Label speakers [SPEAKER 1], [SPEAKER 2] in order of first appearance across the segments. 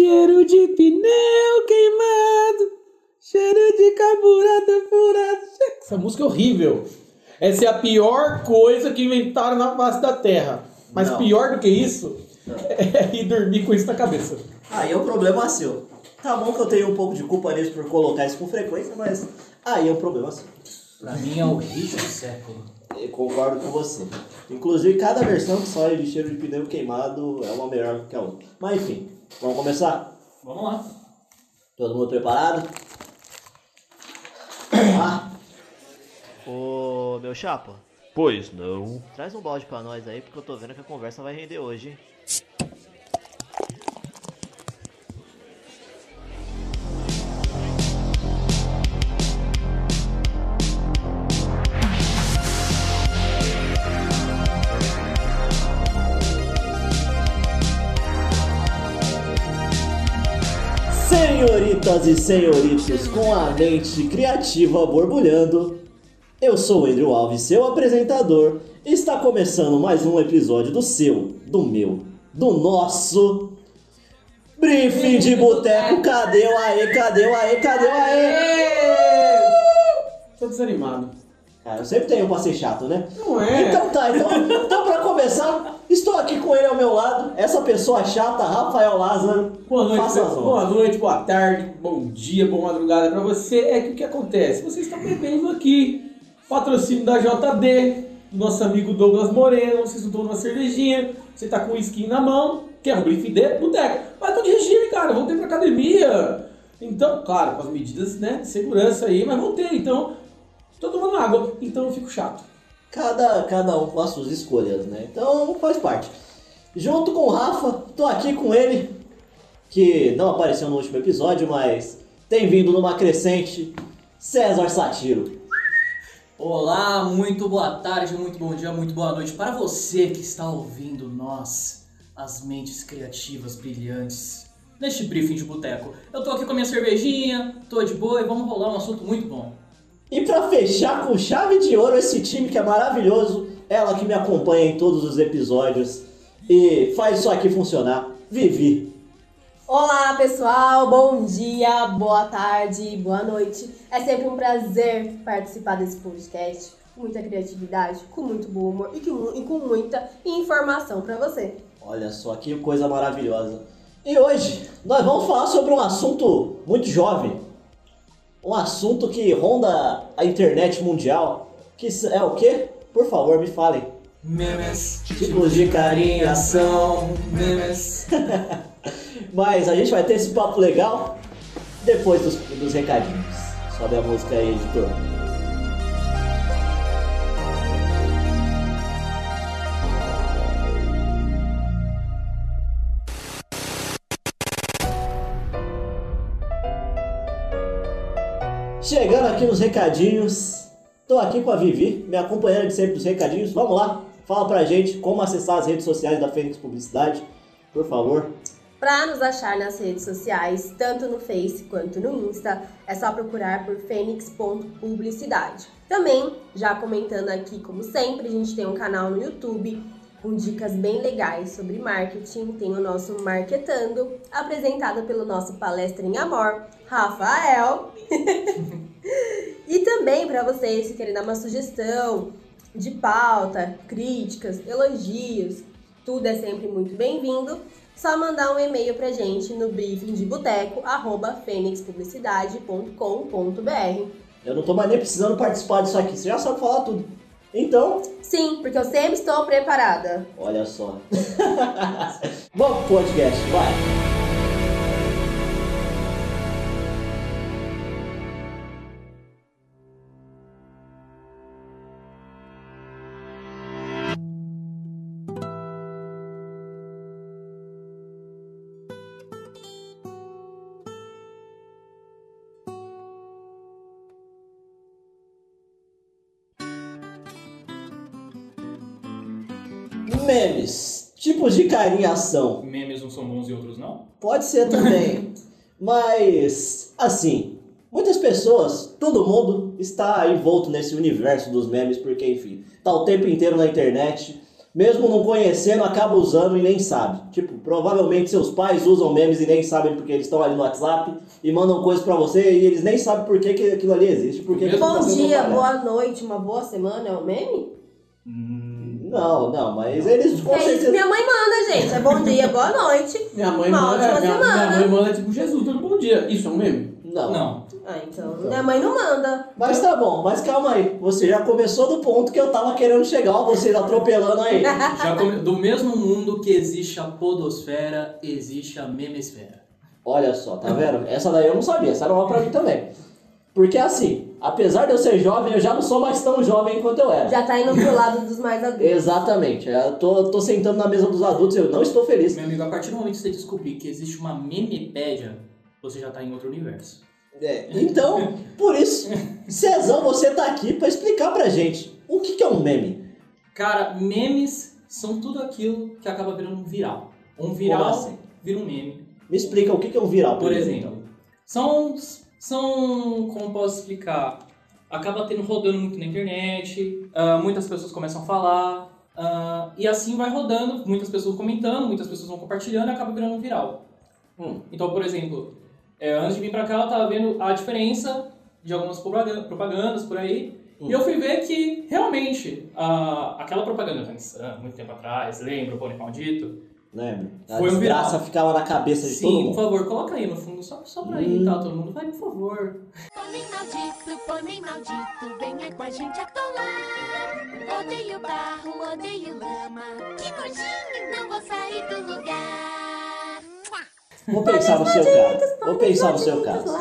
[SPEAKER 1] Cheiro de pneu queimado, cheiro de carburador furado. Che- Essa música é horrível. Essa é a pior coisa que inventaram na face da Terra. Mas
[SPEAKER 2] Não.
[SPEAKER 1] pior do que isso
[SPEAKER 2] Não.
[SPEAKER 1] é ir dormir com isso na cabeça.
[SPEAKER 2] Aí é um problema seu. Tá bom que eu tenho um pouco de culpa nisso por colocar isso com frequência, mas aí é um problema seu.
[SPEAKER 3] Pra mim é o hit do século.
[SPEAKER 2] Eu concordo com você. Inclusive, cada versão que sai de cheiro de pneu queimado é uma melhor que a outra. Mas enfim, vamos começar?
[SPEAKER 3] Vamos lá.
[SPEAKER 2] Todo mundo preparado? Ah. Ô, meu chapa,
[SPEAKER 4] Pois não.
[SPEAKER 2] traz um balde pra nós aí, porque eu tô vendo que a conversa vai render hoje, hein? Senhoritas e senhoritos, com a mente criativa borbulhando, eu sou o Andrew Alves, seu apresentador, e está começando mais um episódio do seu, do meu, do nosso Briefing de Boteco. Cadê o aê, cadê o aê, cadê o aê?
[SPEAKER 1] Tô desanimado.
[SPEAKER 2] Cara, eu sempre tenho um pra ser chato, né?
[SPEAKER 1] Não é.
[SPEAKER 2] Então tá, então, então pra começar, estou aqui com ele ao meu lado, essa pessoa chata, Rafael Lázaro.
[SPEAKER 1] Boa noite,
[SPEAKER 2] Faça as
[SPEAKER 1] pessoal.
[SPEAKER 2] honras.
[SPEAKER 1] boa noite, boa tarde, bom dia, boa madrugada pra você. É que o que acontece? Vocês estão bebendo aqui. Patrocínio da JD, do nosso amigo Douglas Moreno. Vocês não tomam uma cervejinha, você tá com um skin na mão, quer um briefing de boteco. Mas tô de regime, cara, voltei pra academia. Então, claro, com as medidas né, de segurança aí, mas voltei. Então, tô tomando água, então eu fico chato.
[SPEAKER 2] Cada, cada um com as suas escolhas, né? Então faz parte. Junto com o Rafa, tô aqui com ele, que não apareceu no último episódio, mas tem vindo numa crescente, César Satiro.
[SPEAKER 3] Olá, muito boa tarde, muito bom dia, muito boa noite para você que está ouvindo nós, as mentes criativas brilhantes, neste briefing de boteco. Eu tô aqui com a minha cervejinha, tô de boa e vamos rolar um assunto muito bom.
[SPEAKER 2] E pra fechar com chave de ouro esse time que é maravilhoso, ela que me acompanha em todos os episódios e faz isso aqui funcionar, Vivi.
[SPEAKER 5] Olá pessoal, bom dia, boa tarde, boa noite. É sempre um prazer participar desse podcast, com muita criatividade, com muito bom humor e, que mu- e com muita informação pra você.
[SPEAKER 2] Olha só que coisa maravilhosa. E hoje nós vamos falar sobre um assunto muito jovem. Um assunto que ronda a internet mundial. Que s- é o quê? Por favor, me falem.
[SPEAKER 3] Memes,
[SPEAKER 2] Tipos Tipo de carinha.
[SPEAKER 3] ação, memes.
[SPEAKER 2] Mas a gente vai ter esse papo legal depois dos, dos recadinhos. Sobe a música aí, editor. Chegando aqui nos recadinhos, tô aqui com a Vivi, me acompanhando de sempre nos recadinhos. Vamos lá, fala pra gente como acessar as redes sociais da Fênix Publicidade, por favor.
[SPEAKER 5] Pra nos achar nas redes sociais, tanto no Face quanto no Insta, é só procurar por fênix.publicidade. Também, já comentando aqui, como sempre, a gente tem um canal no YouTube com dicas bem legais sobre marketing. Tem o nosso Marketando, apresentado pelo nosso palestra em amor, Rafael. e também, para vocês que querem dar uma sugestão de pauta, críticas, elogios, tudo é sempre muito bem-vindo só mandar um e-mail pra gente no briefingdeboteco@fenixpublicidade.com.br.
[SPEAKER 2] Eu não tô mais nem precisando participar disso aqui, você já sabe falar tudo. Então,
[SPEAKER 5] Sim, porque eu sempre estou preparada.
[SPEAKER 2] olha só. Vamos pro podcast, vai. Memes. Tipos de carinhação.
[SPEAKER 3] Memes uns são bons e outros não?
[SPEAKER 2] Pode ser também. Mas, assim, muitas pessoas, todo mundo está envolto nesse universo dos memes, porque, enfim, tá o tempo inteiro na internet. mesmo não conhecendo, acaba usando e nem sabe. Tipo, provavelmente seus pais usam memes e nem sabem porque eles estão ali no WhatsApp e mandam coisas pra você e eles nem sabem por que, que aquilo ali existe. Por que que aquilo tá
[SPEAKER 5] Bom
[SPEAKER 2] sendo
[SPEAKER 5] dia,
[SPEAKER 2] trabalhado.
[SPEAKER 5] boa noite, uma boa semana é um meme?
[SPEAKER 2] Não, não, mas eles com
[SPEAKER 5] É isso que
[SPEAKER 2] certeza.
[SPEAKER 5] minha mãe manda, gente. É bom dia, boa noite.
[SPEAKER 1] Minha mãe,
[SPEAKER 5] Uma
[SPEAKER 1] manda,
[SPEAKER 5] ótima
[SPEAKER 1] minha,
[SPEAKER 5] semana.
[SPEAKER 1] minha mãe manda tipo Jesus, todo bom dia. Isso é um meme?
[SPEAKER 2] Não.
[SPEAKER 3] Não.
[SPEAKER 5] Ah, então. Minha mãe não manda.
[SPEAKER 2] Mas tá bom, mas calma aí. Você já começou do ponto que eu tava querendo chegar, ó, vocês atropelando aí.
[SPEAKER 3] Já come- Do mesmo mundo que existe a podosfera, existe a memesfera.
[SPEAKER 2] Olha só, tá vendo? Essa daí eu não sabia, essa era uma pra mim também. Porque assim, apesar de eu ser jovem, eu já não sou mais tão jovem quanto eu era.
[SPEAKER 5] Já tá indo pro lado dos mais adultos.
[SPEAKER 2] Exatamente. Eu tô, tô sentando na mesa dos adultos e eu não estou feliz.
[SPEAKER 3] Meu amigo, a partir do momento que você descobrir que existe uma memepédia, você já tá em outro universo.
[SPEAKER 2] É, então, por isso, Cezão, você tá aqui pra explicar pra gente o que, que é um meme.
[SPEAKER 3] Cara, memes são tudo aquilo que acaba virando um viral. Um viral
[SPEAKER 2] Como assim?
[SPEAKER 3] vira um meme.
[SPEAKER 2] Me explica o que, que é um viral,
[SPEAKER 3] Por exemplo, então. são, são, como posso explicar, acaba tendo rodando muito na internet, ah, muitas pessoas começam a falar, ah, e assim vai rodando, muitas pessoas comentando, muitas pessoas vão compartilhando e acaba virando um viral.
[SPEAKER 2] Hum.
[SPEAKER 3] Então, por exemplo, eh, antes de vir pra cá eu tava vendo a diferença de algumas propagan- propagandas por aí,
[SPEAKER 2] Hum.
[SPEAKER 3] e eu fui ver que, realmente, ah, aquela propaganda da Nissan, muito tempo atrás, lembra o Pony Maldito?
[SPEAKER 2] Lembra? né? A
[SPEAKER 3] Foi um
[SPEAKER 2] desgraça ficava na cabeça de todo
[SPEAKER 3] Sim, por
[SPEAKER 2] mundo.
[SPEAKER 3] favor, coloca aí no fundo, só, só pra
[SPEAKER 2] Hum.
[SPEAKER 3] irritar todo mundo. Vai, por favor.
[SPEAKER 4] Pônei maldito, pônei maldito, venha com a gente atolar. Odeio barro, odeio lama. Que nojinho, não vou sair do lugar. Mua!
[SPEAKER 3] um
[SPEAKER 2] Vou pensar no seu caso. Vou pensar no seu caso.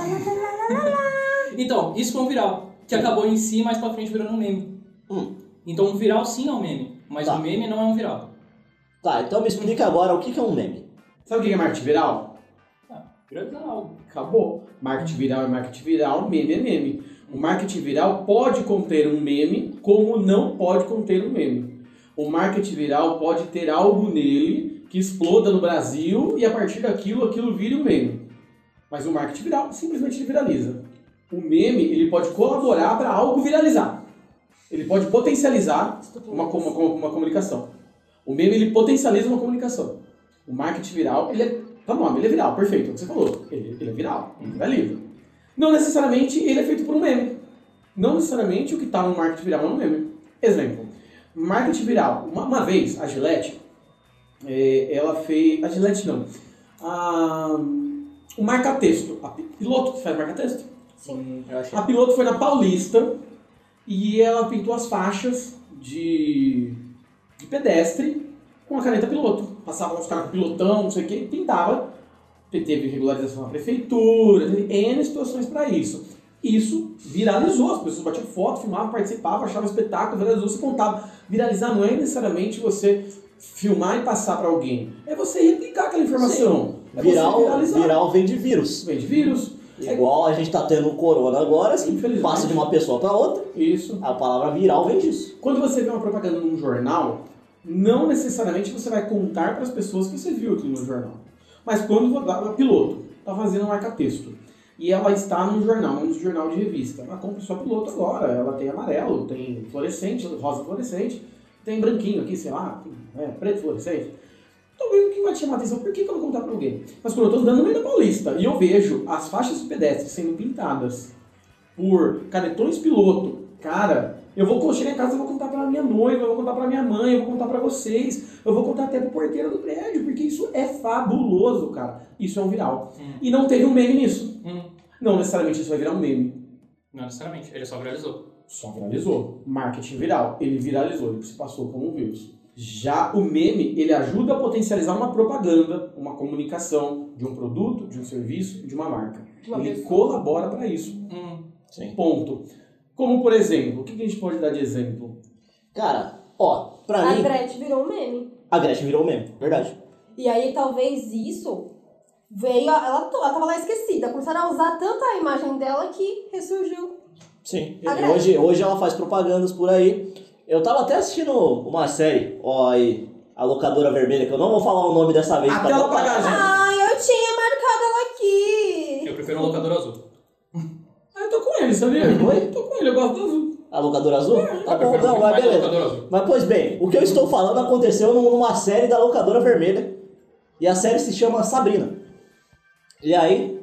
[SPEAKER 3] Então, isso foi um viral, que acabou em si, mais pra frente virando um meme.
[SPEAKER 2] Hum.
[SPEAKER 3] Então, um viral sim é um meme, mas
[SPEAKER 2] Tá.
[SPEAKER 3] um meme não é um viral.
[SPEAKER 2] Tá, então me explica agora o que, que é um meme.
[SPEAKER 1] Sabe o que é marketing viral?
[SPEAKER 3] Viral.
[SPEAKER 1] Acabou. Marketing viral é marketing viral, meme é meme. O marketing viral pode conter um meme, como não pode conter um meme. O marketing viral pode ter algo nele que exploda no Brasil e a partir daquilo, aquilo vira um meme. Mas o marketing viral simplesmente viraliza. O meme, ele pode colaborar para algo viralizar. Ele pode potencializar uma, com- uma, com- uma comunicação. O meme ele potencializa uma comunicação. O marketing viral, ele é. Tá nome, ele é viral, perfeito, é o que você falou. Ele, ele é viral, ele é livre. Não necessariamente ele é feito por um meme. Não necessariamente o que tá no marketing viral é um meme. Exemplo, marketing viral. Uma, uma vez, a Gillette, é, ela fez. A Gillette não. A, o marca-texto. A pi- piloto que faz marca-texto.
[SPEAKER 3] Sim. Hum, Eu
[SPEAKER 2] Ah.
[SPEAKER 3] achei.
[SPEAKER 1] A piloto foi na Paulista e ela pintou as faixas de, de pedestre com a caneta piloto. Passava os caras com pilotão, não sei o que, pintava. Te- Teve regularização na prefeitura, teve N situações para isso. Isso viralizou, as pessoas batiam foto, filmavam, participavam, achavam espetáculo, viralizou, se contava. Viralizar não é necessariamente você filmar e passar para alguém, é você replicar aquela informação. É você
[SPEAKER 2] Viral,
[SPEAKER 1] viralizar.
[SPEAKER 2] viral vem de vírus.
[SPEAKER 1] Vem de vírus. É-
[SPEAKER 2] Igual a gente tá tendo o corona agora, assim,
[SPEAKER 1] Infelizmente.
[SPEAKER 2] passa de uma pessoa pra outra,
[SPEAKER 1] Isso.
[SPEAKER 2] a palavra viral vem disso.
[SPEAKER 1] Quando você vê uma propaganda num jornal, não necessariamente você vai contar para as pessoas que você viu aquilo no jornal. Mas quando a piloto está fazendo um marca-texto e ela está num jornal, num jornal de revista, ela compra sua piloto agora, ela tem amarelo, tem fluorescente, rosa fluorescente, tem branquinho aqui, sei lá, tem, é, preto fluorescente. Talvez o que vai te chamar a atenção, por que, que eu vou contar para alguém? Mas quando eu estou andando no meio da Paulista e eu vejo as faixas pedestres sendo pintadas por canetões piloto, cara, eu vou co- chegar em casa, eu vou contar pra minha noiva, eu vou contar pra minha mãe, eu vou contar pra vocês, eu vou contar até pro porteiro do prédio, porque isso é fabuloso, cara. Isso é um viral.
[SPEAKER 3] Hum.
[SPEAKER 1] E não teve um meme nisso.
[SPEAKER 3] Hum.
[SPEAKER 1] Não necessariamente isso vai virar um meme.
[SPEAKER 3] Não necessariamente, ele só viralizou.
[SPEAKER 1] Só viralizou. Marketing viral. Ele viralizou, ele se passou como um vírus. Já o meme, ele ajuda a potencializar uma propaganda, uma comunicação de um produto, de um serviço, de uma marca. Ele colabora pra isso.
[SPEAKER 3] Hum.
[SPEAKER 2] Sim.
[SPEAKER 1] Ponto. Como, por exemplo, o que que a gente pode dar de exemplo?
[SPEAKER 2] Cara, ó, pra
[SPEAKER 5] A
[SPEAKER 2] mim,
[SPEAKER 5] Gretchen virou um meme.
[SPEAKER 2] a Gretchen virou um meme, verdade.
[SPEAKER 5] E aí talvez isso veio. Ela, to- ela tava lá esquecida. Começaram a usar tanto a imagem dela que ressurgiu.
[SPEAKER 2] Sim.
[SPEAKER 5] A Gretchen.
[SPEAKER 2] Hoje, hoje ela faz propagandas por aí. Eu tava até assistindo uma série, ó aí, a locadora vermelha, que eu não vou falar o nome dessa vez.
[SPEAKER 1] A
[SPEAKER 2] tá pra
[SPEAKER 1] tela
[SPEAKER 2] não-
[SPEAKER 1] apagar, gente.
[SPEAKER 5] Ai, eu tinha marcado ela aqui.
[SPEAKER 3] Eu prefiro o locador azul.
[SPEAKER 1] Ah, eu tô com ele, sabia?
[SPEAKER 2] Oi?
[SPEAKER 1] Tô com ele, eu gosto do azul.
[SPEAKER 2] A locadora azul? Tá bom,
[SPEAKER 3] um
[SPEAKER 2] não, mas
[SPEAKER 6] Vai,
[SPEAKER 2] beleza.
[SPEAKER 6] locadora azul.
[SPEAKER 2] Mas pois bem, o que eu estou falando aconteceu num- numa série da locadora vermelha. E a série se chama Sabrina. E aí,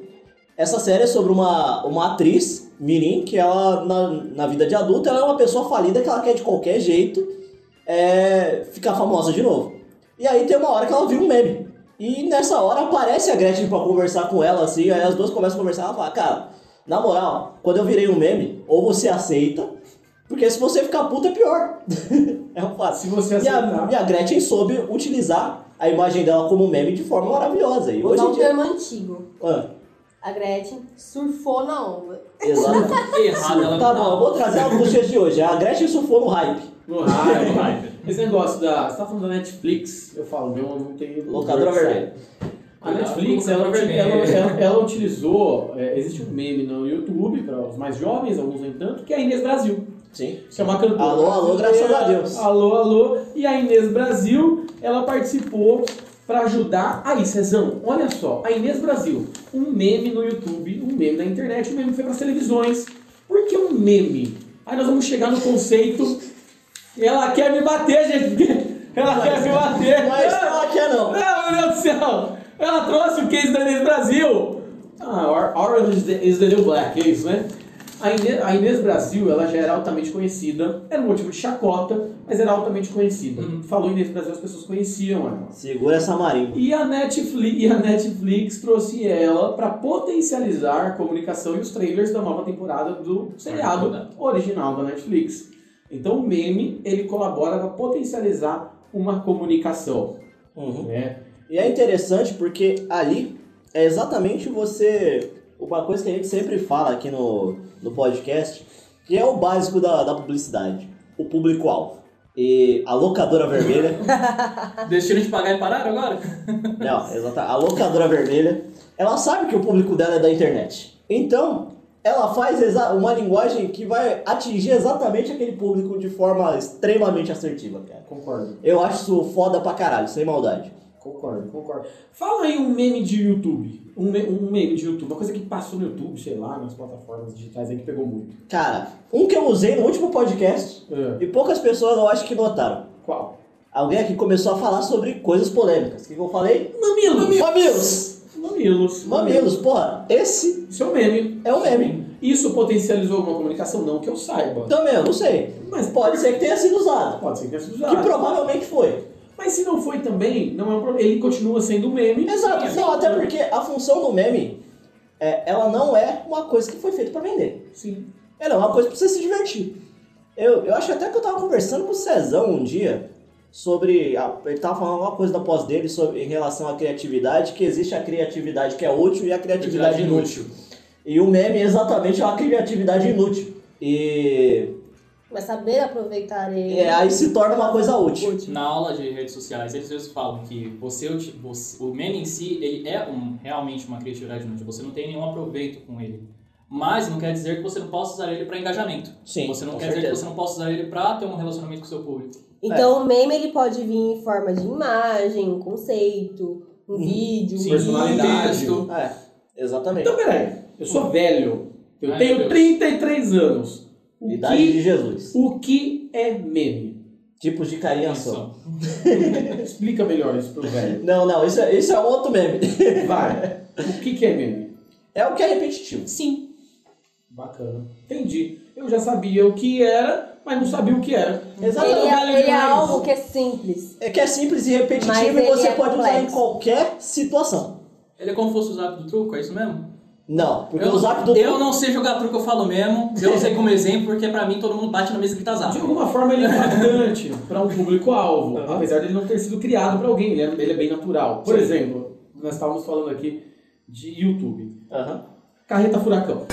[SPEAKER 2] essa série é sobre uma, uma atriz, Mirim, que ela, na, na vida de adulta, ela é uma pessoa falida que ela quer de qualquer jeito é, ficar famosa de novo. E aí tem uma hora que ela viu um meme. E nessa hora aparece a Gretchen pra conversar com ela, assim, aí as duas começam a conversar, ela fala, cara, na moral, quando eu virei um meme, ou você aceita, porque se você ficar puta é pior. é um fato.
[SPEAKER 1] Se você
[SPEAKER 2] E a,
[SPEAKER 1] aceitar.
[SPEAKER 2] e a Gretchen soube utilizar a imagem dela como meme de forma maravilhosa. E
[SPEAKER 5] Vou
[SPEAKER 2] hoje
[SPEAKER 5] dar
[SPEAKER 2] em
[SPEAKER 5] um
[SPEAKER 2] dia.
[SPEAKER 5] termo antigo.
[SPEAKER 2] Ah,
[SPEAKER 5] A Gretchen surfou na onda.
[SPEAKER 2] exato.
[SPEAKER 3] Errado, ela
[SPEAKER 2] tá
[SPEAKER 3] não
[SPEAKER 2] bom, eu vou trazer a bucha de hoje. A Gretchen surfou no hype.
[SPEAKER 1] No
[SPEAKER 6] Vai,
[SPEAKER 1] raio.
[SPEAKER 6] vai.
[SPEAKER 1] Esse negócio da. Você tá falando da Netflix? Eu falo, não, não tem.
[SPEAKER 2] Locadora vermelha.
[SPEAKER 1] A Netflix,
[SPEAKER 6] Cuidado
[SPEAKER 1] ela,
[SPEAKER 6] com o
[SPEAKER 1] ela,
[SPEAKER 6] vermelho.
[SPEAKER 1] ela- ela utilizou. é, existe um meme no YouTube, para os mais jovens, alguns nem tanto, que é a Inês Brasil.
[SPEAKER 2] Sim.
[SPEAKER 1] Chama a é cantora.
[SPEAKER 2] Alô, alô, graças a Deus.
[SPEAKER 1] Alô, alô. E a Inês Brasil, ela participou pra ajudar. Aí, Cezão, olha só. A Inês Brasil, um meme no YouTube, um meme na internet, um meme que foi pras televisões. Por que um meme? Aí nós vamos chegar no conceito. Ela quer me bater, gente. Ela quer me bater.
[SPEAKER 2] Mas ela quer é não.
[SPEAKER 1] Não, meu Deus do céu! Ela trouxe o case da Inês Brasil! Ah, Or- Orange is the, is the New Black, é isso, né? A Inês, a Inês Brasil, ela já era altamente conhecida, era um motivo de chacota, mas era altamente conhecida. Falou Inês Brasil, as pessoas conheciam ela.
[SPEAKER 2] Segura essa marimba.
[SPEAKER 1] E a Netflix, e a Netflix trouxe ela para potencializar a comunicação e os trailers da nova temporada do seriado original da Netflix. Então o meme, ele colabora para potencializar uma comunicação,
[SPEAKER 2] Uhum.
[SPEAKER 1] né?
[SPEAKER 2] E é interessante porque ali é exatamente você. Uma coisa que a gente sempre fala aqui no, no podcast, que é o básico da, da publicidade: o público-alvo. E a locadora vermelha
[SPEAKER 3] Deixaram de pagar e pararam agora?
[SPEAKER 2] Não, exatamente. A locadora vermelha, ela sabe que o público dela é da internet. Então, ela faz exa- uma linguagem que vai atingir exatamente aquele público de forma extremamente assertiva, cara.
[SPEAKER 1] Concordo,
[SPEAKER 2] Eu acho isso foda pra caralho, sem maldade.
[SPEAKER 1] concordo, concordo. Fala aí um meme de YouTube. Um, me- um meme de YouTube, uma coisa que passou no YouTube, sei lá, nas plataformas digitais aí que pegou muito.
[SPEAKER 2] Cara, um que eu usei no último podcast e poucas pessoas eu acho que notaram.
[SPEAKER 1] Qual?
[SPEAKER 2] Alguém aqui começou a falar sobre coisas polêmicas. O que que eu falei?
[SPEAKER 1] Mamilos.
[SPEAKER 2] Mamilos!
[SPEAKER 1] Mamilos.
[SPEAKER 2] Mamilos, porra, esse
[SPEAKER 1] Isso é um meme.
[SPEAKER 2] é o meme.
[SPEAKER 1] Isso potencializou alguma comunicação? Não que eu saiba.
[SPEAKER 2] Também, eu não sei.
[SPEAKER 1] Mas
[SPEAKER 2] Pode ser que tenha sido usado.
[SPEAKER 1] Pode ser que tenha sido
[SPEAKER 2] Que
[SPEAKER 1] usado.
[SPEAKER 2] provavelmente foi.
[SPEAKER 1] Mas se não foi também, não é um problema. Ele continua sendo um meme.
[SPEAKER 2] Exato, não, até porque a função do meme, é, ela não é uma coisa que foi feita pra vender.
[SPEAKER 1] Sim.
[SPEAKER 2] Ela é uma coisa pra você se divertir. Eu, eu acho até que eu tava conversando com o Cezão um dia sobre. a- ele tava falando alguma coisa da pós dele sobre, em relação à criatividade, que existe a criatividade que é útil e a criatividade inútil. E o meme exatamente é uma criatividade inútil. E
[SPEAKER 5] Mas saber aproveitar ele.
[SPEAKER 2] é, aí se torna uma coisa útil.
[SPEAKER 6] Útil.
[SPEAKER 3] Na aula de redes sociais, eles mesmos falam que você, uti- você- o meme em si, ele é um- realmente uma criatividade inútil. Você não tem nenhum aproveito com ele. Mas não quer dizer que você não possa usar ele para engajamento.
[SPEAKER 2] Sim,
[SPEAKER 3] você não
[SPEAKER 2] com
[SPEAKER 3] quer dizer que
[SPEAKER 2] certeza.
[SPEAKER 3] você não possa usar ele para ter um relacionamento com o seu público.
[SPEAKER 5] Então o meme ele pode vir em forma de imagem, um conceito, um vídeo, um
[SPEAKER 1] personalidade.
[SPEAKER 3] texto.
[SPEAKER 2] É, exatamente.
[SPEAKER 1] Então, peraí. Eu sou velho. Eu
[SPEAKER 3] Ai,
[SPEAKER 1] tenho
[SPEAKER 3] Ah, meu Deus.
[SPEAKER 1] 33 anos. O
[SPEAKER 2] Idade de
[SPEAKER 1] que,
[SPEAKER 2] Jesus.
[SPEAKER 1] o que é meme?
[SPEAKER 2] Tipos de carinha são.
[SPEAKER 3] Isso.
[SPEAKER 1] Explica melhor isso pro velho.
[SPEAKER 2] Não, não, isso é, isso é um outro meme.
[SPEAKER 1] Vai. O que, que é meme?
[SPEAKER 2] É o que é repetitivo.
[SPEAKER 3] Sim.
[SPEAKER 1] Bacana. Entendi. Eu já sabia o que era, mas não sabia o que era.
[SPEAKER 2] Exatamente.
[SPEAKER 5] Ele
[SPEAKER 1] Trabalho
[SPEAKER 5] é, ele é
[SPEAKER 1] demais.
[SPEAKER 5] algo que é simples.
[SPEAKER 2] É que é simples e repetitivo
[SPEAKER 5] Mas
[SPEAKER 2] e
[SPEAKER 5] ele
[SPEAKER 2] você
[SPEAKER 5] é
[SPEAKER 2] pode usar em
[SPEAKER 5] complexo.
[SPEAKER 2] qualquer situação.
[SPEAKER 3] Ele é como se fosse o zap do truco, é isso mesmo?
[SPEAKER 2] Não, porque
[SPEAKER 3] eu,
[SPEAKER 2] o zap do
[SPEAKER 3] eu não sei jogar truco, eu falo mesmo. Eu usei como exemplo porque pra mim todo mundo bate na mesa e grita zap.
[SPEAKER 1] De alguma forma ele é impactante para um público-alvo, apesar dele não ter sido criado para alguém, ele é, ele é bem natural. Por exemplo, nós estávamos falando aqui de YouTube.
[SPEAKER 2] Aham.
[SPEAKER 1] Carreta Furacão.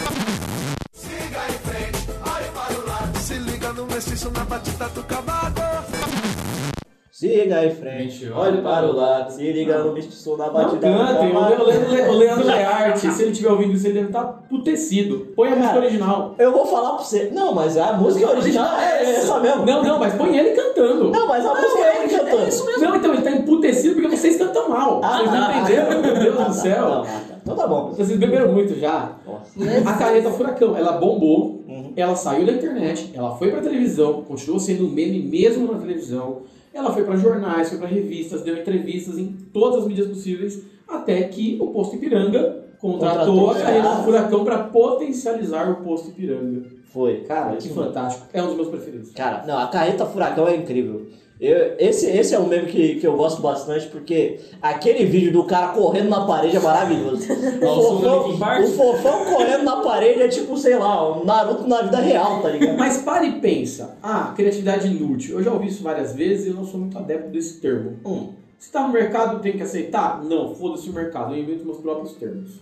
[SPEAKER 2] Se liga aí, frente.
[SPEAKER 3] Gente,
[SPEAKER 2] Olha
[SPEAKER 3] olha
[SPEAKER 2] para o
[SPEAKER 3] para
[SPEAKER 2] lado. Se liga no mestiço na
[SPEAKER 1] Não
[SPEAKER 2] batida.
[SPEAKER 1] cantem,
[SPEAKER 2] do
[SPEAKER 1] o
[SPEAKER 2] cavalo.
[SPEAKER 1] Leandro, Le- o Leandro Learte, se ele estiver ouvindo isso, ele deve estar putecido. Põe a música
[SPEAKER 2] Cara.
[SPEAKER 1] original.
[SPEAKER 2] Eu vou falar pra você. Não, mas é a música original é essa mesmo.
[SPEAKER 1] Não, não, mas põe ele cantando.
[SPEAKER 2] Não, mas a música é ele cantando.
[SPEAKER 1] Não, então ele tá emputecido porque vocês cantam mal.
[SPEAKER 2] Ah,
[SPEAKER 1] vocês não
[SPEAKER 2] tá.
[SPEAKER 1] entenderam? Meu Deus
[SPEAKER 2] Ah,
[SPEAKER 1] do
[SPEAKER 2] tá,
[SPEAKER 1] céu.
[SPEAKER 2] tá, tá. Então tá bom.
[SPEAKER 1] Vocês beberam muito já.
[SPEAKER 2] Nossa.
[SPEAKER 1] A careta furacão, ela bombou,
[SPEAKER 2] Uhum.
[SPEAKER 1] ela saiu da internet, ela foi pra televisão, continuou sendo um meme mesmo na televisão. Ela foi pra jornais, foi pra revistas, deu entrevistas em todas as mídias possíveis, até que o posto Ipiranga contratou
[SPEAKER 2] Contratou,
[SPEAKER 1] a careta
[SPEAKER 2] cara.
[SPEAKER 1] furacão pra potencializar o posto Ipiranga.
[SPEAKER 2] Foi.
[SPEAKER 1] Cara,
[SPEAKER 2] Foi
[SPEAKER 1] que
[SPEAKER 2] isso mesmo.
[SPEAKER 1] fantástico. É um dos meus preferidos.
[SPEAKER 2] Cara, não, a carreta furacão é incrível. Eu- esse, esse é um meme que, que eu gosto bastante, porque aquele vídeo do cara correndo na parede é maravilhoso.
[SPEAKER 3] Ao
[SPEAKER 1] um
[SPEAKER 3] som do Linkin Park?
[SPEAKER 2] o fofão correndo na parede é tipo, sei lá, um Naruto na vida real, tá ligado?
[SPEAKER 1] Mas para e pensa. Ah, criatividade inútil. Eu já ouvi isso várias vezes e eu não sou muito adepto desse termo.
[SPEAKER 2] Hum.
[SPEAKER 1] Se tá no mercado, tem que aceitar? Não, foda-se o mercado, eu invento meus próprios termos.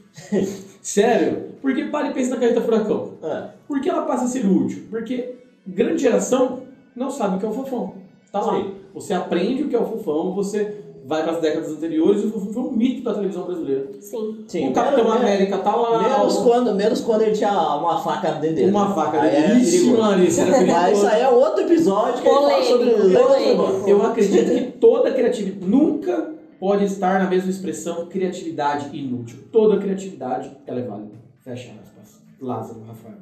[SPEAKER 1] Sério? Porque para e pensa na carreta furacão.
[SPEAKER 2] É,
[SPEAKER 1] Por que ela passa a ser útil? Porque grande geração não sabe o que é o fofão. Tá lá.
[SPEAKER 2] Sim.
[SPEAKER 1] Você aprende o que é o fofão, você vai para as décadas anteriores e o fofão foi um mito da televisão brasileira.
[SPEAKER 5] Sim.
[SPEAKER 2] sim.
[SPEAKER 1] o Um Capitão
[SPEAKER 2] menos-
[SPEAKER 1] América tá lá.
[SPEAKER 2] Menos quando, menos quando ele tinha uma faca dentro dele.
[SPEAKER 1] Uma faca
[SPEAKER 2] Aí era
[SPEAKER 1] dele. Ixi,
[SPEAKER 2] perigoso.
[SPEAKER 1] mano, isso era
[SPEAKER 2] Mas
[SPEAKER 1] perigoso.
[SPEAKER 2] isso aí é outro episódio que ele fala
[SPEAKER 5] Polêmico,
[SPEAKER 2] sobre lendas
[SPEAKER 5] polêmico.
[SPEAKER 2] urbanas.
[SPEAKER 1] Eu acredito que toda criatividade nunca pode estar na mesma expressão criatividade inútil. Toda criatividade ela é válida. Fecha aspas. Lázaro, Rafael.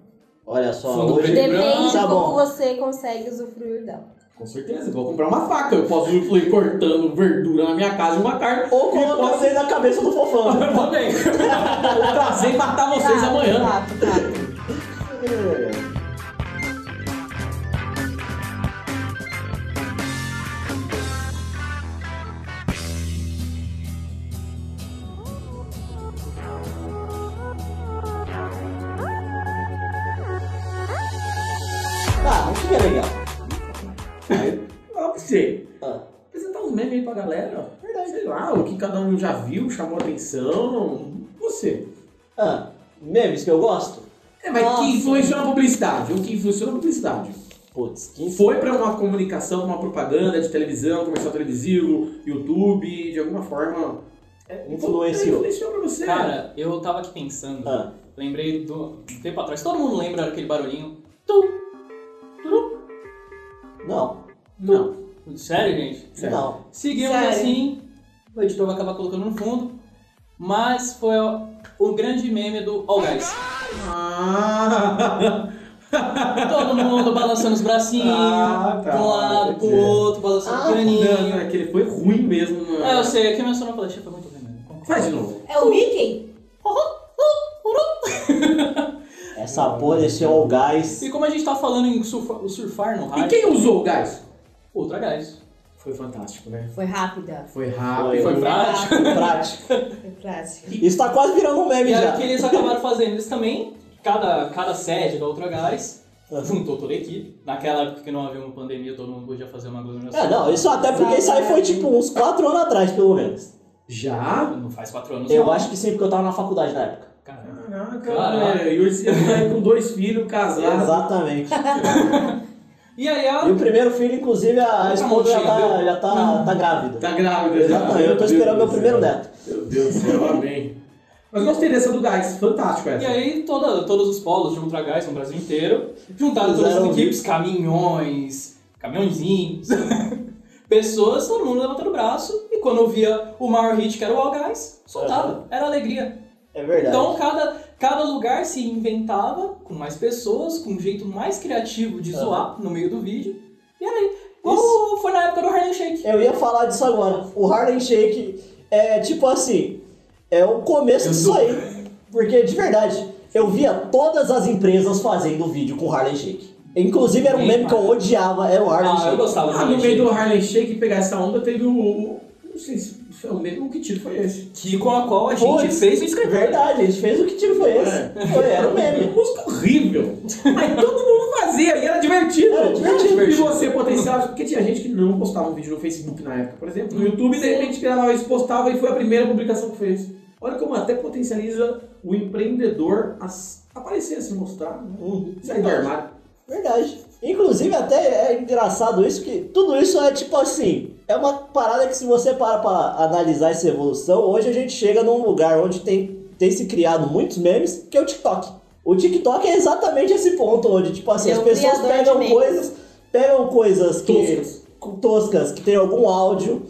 [SPEAKER 2] Olha só,
[SPEAKER 3] Fundo
[SPEAKER 2] hoje...
[SPEAKER 3] preto e
[SPEAKER 5] Depende
[SPEAKER 2] Tá
[SPEAKER 5] de como
[SPEAKER 2] bom.
[SPEAKER 5] você consegue usufruir dela.
[SPEAKER 1] Com certeza, eu vou comprar uma faca. Eu posso ir cortando verdura na minha casa e uma carne.
[SPEAKER 2] Ou
[SPEAKER 1] e
[SPEAKER 2] colocar
[SPEAKER 1] posso
[SPEAKER 2] você na cabeça do fofão.
[SPEAKER 3] Também.
[SPEAKER 1] trazer e matar vocês
[SPEAKER 5] Tá,
[SPEAKER 1] amanhã.
[SPEAKER 5] Tá, tá.
[SPEAKER 2] Ah, Ah, o que é legal?
[SPEAKER 1] Fala pra você.
[SPEAKER 2] Ah,
[SPEAKER 1] Apresentar uns memes aí pra galera. Sei lá, o que cada um já viu, chamou atenção. Você.
[SPEAKER 2] ah, memes que eu gosto?
[SPEAKER 1] É, mas
[SPEAKER 2] Nossa.
[SPEAKER 1] que influenciou na publicidade? O que influenciou na publicidade?
[SPEAKER 2] Putz, que inf-
[SPEAKER 1] foi pra uma comunicação, uma propaganda de televisão, comercial televisivo, YouTube, de alguma forma. é,
[SPEAKER 2] Um Influenciou.
[SPEAKER 1] Influenciou pra
[SPEAKER 2] é?
[SPEAKER 1] você.
[SPEAKER 3] Cara, eu tava aqui pensando.
[SPEAKER 2] Ah,
[SPEAKER 3] Lembrei do. um tempo atrás. Todo mundo lembra aquele barulhinho. Tum. Tum.
[SPEAKER 2] não,
[SPEAKER 1] não.
[SPEAKER 3] Sério, gente?
[SPEAKER 1] Sério.
[SPEAKER 2] não.
[SPEAKER 3] Seguimos
[SPEAKER 5] Sério.
[SPEAKER 3] assim. O editor vai acabar colocando no fundo. Mas foi o, o grande meme do All Guys.
[SPEAKER 1] Ah,
[SPEAKER 3] Todo mundo balançando os bracinhos.
[SPEAKER 1] Ah, tá.
[SPEAKER 3] pra um lado, pro
[SPEAKER 1] Quer dizer.
[SPEAKER 3] outro, balançando
[SPEAKER 2] Ah,
[SPEAKER 1] não,
[SPEAKER 3] o
[SPEAKER 1] não, é.
[SPEAKER 3] caninho.
[SPEAKER 1] aquele foi ruim mesmo, mano.
[SPEAKER 3] É, eu sei. Aqui mencionou pra foi muito ruim mesmo. Concordo.
[SPEAKER 1] Faz de novo.
[SPEAKER 5] É o Mickey?
[SPEAKER 2] Essa porra é desse All Guys.
[SPEAKER 3] E como a gente tá falando em surfa- surfar no
[SPEAKER 1] E
[SPEAKER 3] rádio,
[SPEAKER 1] quem usou o gás?
[SPEAKER 3] outra gás.
[SPEAKER 1] Foi fantástico, né?
[SPEAKER 5] Foi rápida.
[SPEAKER 1] Foi rápido.
[SPEAKER 3] Foi
[SPEAKER 2] Foi
[SPEAKER 3] prático.
[SPEAKER 2] Prático.
[SPEAKER 5] Foi prática.
[SPEAKER 2] Isso tá quase virando um meme
[SPEAKER 3] E aí
[SPEAKER 2] já.
[SPEAKER 3] o que eles acabaram fazendo eles também, cada, cada sede da outra gás,
[SPEAKER 1] Ah.
[SPEAKER 3] juntou toda a equipe. Naquela época que não havia uma pandemia, todo mundo podia fazer uma aglomeração.
[SPEAKER 2] É, não, isso até porque isso aí foi tipo uns 4 anos atrás, pelo menos.
[SPEAKER 1] Já?
[SPEAKER 3] Não faz quatro anos.
[SPEAKER 2] Eu
[SPEAKER 3] não.
[SPEAKER 2] acho que sim, porque eu tava na faculdade na época.
[SPEAKER 3] Cara,
[SPEAKER 1] Caraca,
[SPEAKER 3] Caraca.
[SPEAKER 1] velho. E hoje você tá aí com dois filhos, casado.
[SPEAKER 2] Exatamente.
[SPEAKER 3] E aí a...
[SPEAKER 2] E o primeiro filho, inclusive, a a esposa já tá, já tá, tá grávida.
[SPEAKER 1] Tá grávida. já.
[SPEAKER 2] Exatamente, eu tô esperando meu
[SPEAKER 1] Deus
[SPEAKER 2] primeiro
[SPEAKER 1] do céu.
[SPEAKER 2] neto.
[SPEAKER 1] Meu Deus do céu, amém. Mas gostei dessa do gás, fantástico essa.
[SPEAKER 3] E aí toda, todos os polos de Ultra Gás no Brasil inteiro juntaram todas
[SPEAKER 2] Fizeram
[SPEAKER 3] as
[SPEAKER 2] um
[SPEAKER 3] equipes, caminhões, caminhãozinhos, pessoas, todo mundo levantando o braço e quando via o maior hit que era o All Guys, soltava. Era alegria.
[SPEAKER 2] É verdade.
[SPEAKER 3] Então cada, cada lugar se inventava com mais pessoas, com um jeito mais criativo de
[SPEAKER 2] Aham.
[SPEAKER 3] zoar no meio do vídeo. E aí, como
[SPEAKER 2] Isso. É,
[SPEAKER 3] foi na época do Harlem Shake.
[SPEAKER 2] Eu ia falar disso agora. O Harlem Shake é tipo assim, é o começo disso aí. Porque, de verdade, eu via todas as empresas fazendo vídeo com Harlem Shake. Inclusive, era um meme que eu odiava, era o Harlem
[SPEAKER 3] Ah, eu
[SPEAKER 2] Shake.
[SPEAKER 3] gostava do
[SPEAKER 1] Ah, no
[SPEAKER 3] Harlem
[SPEAKER 1] meio
[SPEAKER 3] Shake.
[SPEAKER 1] do Harlem Shake pegar essa onda teve o. o- não sei se foi o mesmo. Que tiro foi esse?
[SPEAKER 3] Que com a qual a gente
[SPEAKER 2] Putz,
[SPEAKER 3] fez o escrever.
[SPEAKER 2] é Verdade, a gente fez o que tiro foi esse. Foi, era um meme.
[SPEAKER 1] Música horrível. Aí todo mundo fazia e era divertido.
[SPEAKER 2] Era divertido.
[SPEAKER 1] E você, potencial, porque tinha gente que não postava um vídeo no Facebook na época, por exemplo. No YouTube, de repente, gravava isso, postava e foi a primeira publicação que fez. Olha como até potencializa o empreendedor a s- aparecer, a se mostrar. né?
[SPEAKER 2] Uhum.
[SPEAKER 1] Sair do armário.
[SPEAKER 2] Verdade. Inclusive, até é engraçado isso, que tudo isso é tipo assim. É uma parada que, se você para pra analisar essa evolução, hoje a gente chega num lugar onde tem, tem se criado muitos memes, que é o TikTok. O TikTok é exatamente esse ponto onde, tipo assim,
[SPEAKER 5] Ele
[SPEAKER 2] as
[SPEAKER 5] é o
[SPEAKER 2] pessoas
[SPEAKER 5] criador de
[SPEAKER 2] pegam
[SPEAKER 5] memes.
[SPEAKER 2] coisas, pegam coisas que,
[SPEAKER 1] Toscas.
[SPEAKER 2] toscas, que tem algum áudio,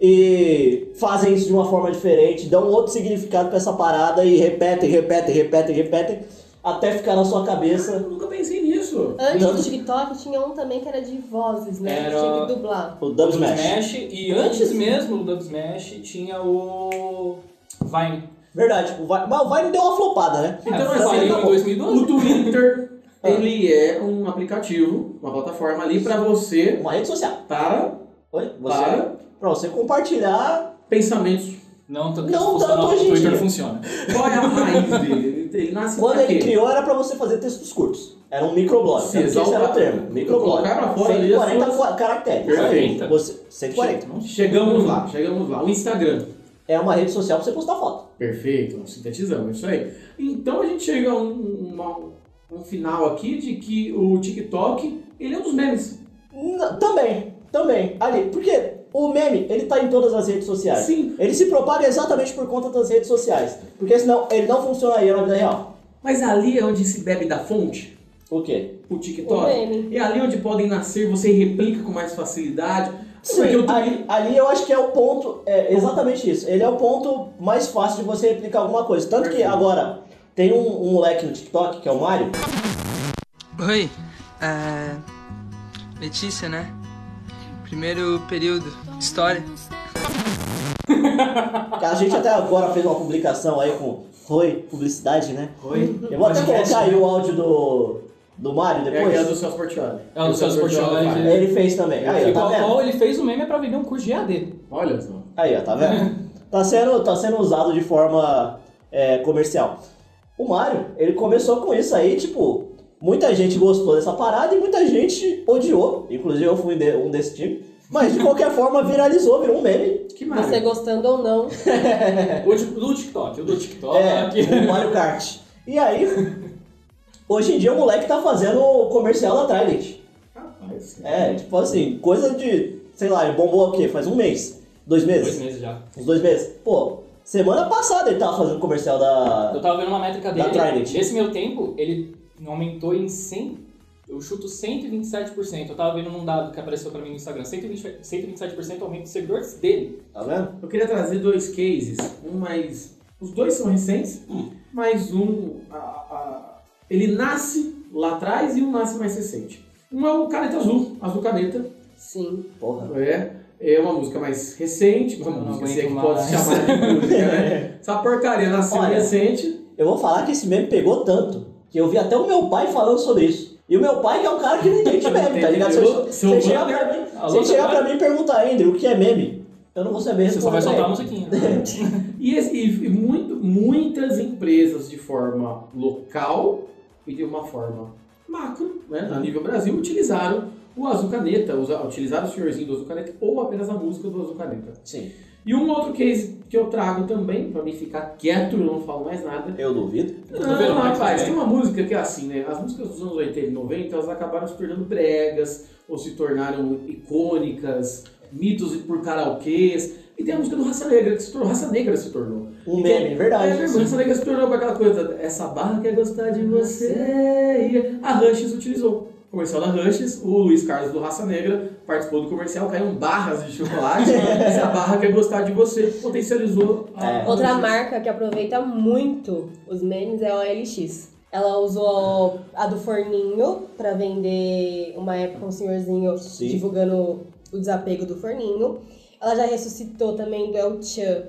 [SPEAKER 2] e fazem isso de uma forma diferente, dão outro significado pra essa parada e repetem, repetem, repetem, repetem, até ficar na sua
[SPEAKER 1] Eu
[SPEAKER 2] cabeça.
[SPEAKER 1] nunca pensei nisso.
[SPEAKER 5] Antes
[SPEAKER 2] Tanto-
[SPEAKER 5] do TikTok tinha um também que era de vozes, né?
[SPEAKER 3] Era-
[SPEAKER 5] Que tinha que dublar.
[SPEAKER 2] O Dub
[SPEAKER 3] O Dub
[SPEAKER 2] Smash.
[SPEAKER 3] Smash. E antes mesmo do Dub Smash tinha o Vine.
[SPEAKER 2] Verdade, o Vine, mas o Vine deu uma flopada, né?
[SPEAKER 1] Então,
[SPEAKER 3] é,
[SPEAKER 1] mas
[SPEAKER 3] saiu
[SPEAKER 1] aí,
[SPEAKER 2] tá bom.
[SPEAKER 3] em 2012.
[SPEAKER 1] O Twitter,
[SPEAKER 2] Ah.
[SPEAKER 1] ele é um aplicativo, uma plataforma ali pra você,
[SPEAKER 2] Uma rede social.
[SPEAKER 1] para,
[SPEAKER 2] Oi? Você,
[SPEAKER 1] para
[SPEAKER 2] Pra você compartilhar.
[SPEAKER 1] pensamentos.
[SPEAKER 3] Não, tanto
[SPEAKER 2] Não
[SPEAKER 3] funciona,
[SPEAKER 2] tanto hoje em
[SPEAKER 3] o Twitter
[SPEAKER 2] dia.
[SPEAKER 3] funciona.
[SPEAKER 1] Qual é a raiz dele? Ele- Ele nasce
[SPEAKER 2] Quando
[SPEAKER 1] pra
[SPEAKER 2] ele
[SPEAKER 1] quê?
[SPEAKER 2] criou, era pra você fazer textos curtos. Era um microblog.
[SPEAKER 1] Se
[SPEAKER 2] tanto que Esse era
[SPEAKER 1] exaltar.
[SPEAKER 2] o termo. Microblog.
[SPEAKER 1] Colocaram fora ali as
[SPEAKER 2] 140
[SPEAKER 1] suas-
[SPEAKER 2] qua- caracteres.
[SPEAKER 1] Perfeito.
[SPEAKER 2] Você, 140.
[SPEAKER 1] Chegamos lá, chegamos lá. O Instagram.
[SPEAKER 2] É uma rede social pra você postar foto.
[SPEAKER 1] Perfeito, nós sintetizamos, isso aí. Então a gente chega a um, uma- um final aqui de que o TikTok, ele é um dos memes.
[SPEAKER 2] N- também, também. Ali, porque o meme, ele tá em todas as redes sociais.
[SPEAKER 1] Sim,
[SPEAKER 2] Ele se propaga exatamente por conta das redes sociais. Porque senão ele não funcionaria na vida real.
[SPEAKER 1] mas ali é onde se bebe da fonte,
[SPEAKER 2] O quê?
[SPEAKER 1] o
[SPEAKER 5] O
[SPEAKER 1] TikTok.
[SPEAKER 5] meme.
[SPEAKER 1] É ali onde podem nascer, você replica com mais facilidade.
[SPEAKER 2] Sim,
[SPEAKER 1] Porque o Twitter...
[SPEAKER 2] ali, ali eu acho que é o ponto, é exatamente isso. Ele é o ponto mais fácil de você replicar alguma coisa. Tanto que
[SPEAKER 1] Perfeito.
[SPEAKER 2] agora tem um, um moleque no TikTok, que é o Mário,
[SPEAKER 6] Oi, é... Letícia, né? Primeiro período, história.
[SPEAKER 2] que a gente até agora fez uma publicação aí com foi publicidade, né?
[SPEAKER 1] Oi?
[SPEAKER 2] Eu vou até
[SPEAKER 3] Podcast,
[SPEAKER 2] colocar aí
[SPEAKER 3] né?
[SPEAKER 2] o áudio do, do Mário
[SPEAKER 1] É aquela do É.
[SPEAKER 2] depois.
[SPEAKER 1] Celso Portiolli.
[SPEAKER 3] É o é do Celso Portiolli.
[SPEAKER 1] faz.
[SPEAKER 2] Ele fez também. Aí,
[SPEAKER 3] E
[SPEAKER 2] ó, tá
[SPEAKER 3] qual,
[SPEAKER 2] vendo?
[SPEAKER 3] qual ele fez o meme é pra vender um curso de AD.
[SPEAKER 1] Olha só.
[SPEAKER 2] Aí, ó, tá vendo? Tá sendo, tá sendo usado de forma é, comercial. O Mário, ele começou com isso aí, tipo, muita gente gostou dessa parada e muita gente odiou. Inclusive eu fui de- um desse time. Mas de qualquer forma viralizou, virou um meme.
[SPEAKER 1] Que maravilha.
[SPEAKER 5] Você gostando ou não.
[SPEAKER 3] O de- é, do TikTok, o do TikTok.
[SPEAKER 2] É,
[SPEAKER 3] tá aqui.
[SPEAKER 2] o Mario Kart. E aí, hoje em dia o moleque tá fazendo o comercial da Trident.
[SPEAKER 1] Rapaz,
[SPEAKER 2] É, tipo assim, coisa de, sei lá, ele bombou o quê? Faz um mês? Dois
[SPEAKER 3] Dois
[SPEAKER 2] meses?
[SPEAKER 3] meses já.
[SPEAKER 2] Uns dois meses? Pô, semana passada ele tava fazendo comercial da,
[SPEAKER 3] Eu tava vendo uma métrica
[SPEAKER 2] Da
[SPEAKER 3] dele.
[SPEAKER 2] Trident.
[SPEAKER 3] Nesse meu tempo, ele aumentou em 100. Eu chuto 127%. Eu tava vendo num dado que apareceu pra mim no Instagram. 120, 127% aumento de seguidores dele.
[SPEAKER 2] Tá vendo?
[SPEAKER 1] Eu queria trazer dois cases, um mais. Os dois são recentes,
[SPEAKER 3] Hum.
[SPEAKER 1] mas um. a- a- ele nasce lá atrás e um nasce mais recente. Um é o Caneta Azul, Azul Caneta.
[SPEAKER 5] Sim.
[SPEAKER 2] Porra.
[SPEAKER 1] É, é uma música mais recente, uma
[SPEAKER 3] Eu não
[SPEAKER 1] música se é que
[SPEAKER 3] aguento
[SPEAKER 1] pode se
[SPEAKER 3] mais.
[SPEAKER 1] chamar de música, né? Essa porcaria nasceu
[SPEAKER 2] Olha.
[SPEAKER 1] recente.
[SPEAKER 2] Eu vou falar que esse meme pegou tanto que eu vi até o meu pai falando sobre isso. E o meu pai que é um cara que não entende meme, tá ligado? Se eu- Se
[SPEAKER 1] Seu
[SPEAKER 2] ele chegar
[SPEAKER 1] brother.
[SPEAKER 2] pra mim, se
[SPEAKER 3] Alô,
[SPEAKER 2] ele chegar
[SPEAKER 3] Samuel?
[SPEAKER 2] pra mim e perguntar, Andrew, o que é meme? Eu não vou saber
[SPEAKER 3] Você só vai
[SPEAKER 2] responder pra
[SPEAKER 3] soltar a
[SPEAKER 2] ele.
[SPEAKER 3] musiquinha.
[SPEAKER 2] é.
[SPEAKER 1] E, esse- e- e muito- muitas empresas de forma local e de uma forma macro, né, a nível Brasil, utilizaram o Azul Caneta, usa- utilizaram o senhorzinho do Azul Caneta ou apenas a música do Azul Caneta.
[SPEAKER 2] Sim,
[SPEAKER 1] E um outro case que eu trago também, pra mim ficar quieto, eu não falo mais nada.
[SPEAKER 2] eu duvido.
[SPEAKER 1] Não,
[SPEAKER 3] Tudo bem, mas
[SPEAKER 1] rapaz,
[SPEAKER 3] tudo
[SPEAKER 1] é tem uma música que é assim, né? As músicas dos anos 80 e 90, elas acabaram se tornando bregas, ou se tornaram icônicas, mitos por karaokês. E tem a música do Raça Negra, que se tornou, Raça Negra se tornou.
[SPEAKER 2] Um meme, verdade.
[SPEAKER 1] É,
[SPEAKER 2] sim.
[SPEAKER 1] mas essa negra se tornou com aquela coisa, essa barra quer gostar de você. A Rushes utilizou. Comercial da Rushes, o Luiz Carlos do Raça Negra participou do comercial, caíram barras de chocolate. essa barra quer gostar de você, potencializou a
[SPEAKER 2] É.
[SPEAKER 5] Outra
[SPEAKER 1] Hershey's.
[SPEAKER 5] marca que aproveita muito os memes é a OLX. Ela usou a do forninho pra vender uma época um senhorzinho
[SPEAKER 2] Sim.
[SPEAKER 5] divulgando o desapego do forninho. Ela já ressuscitou também do El Chan,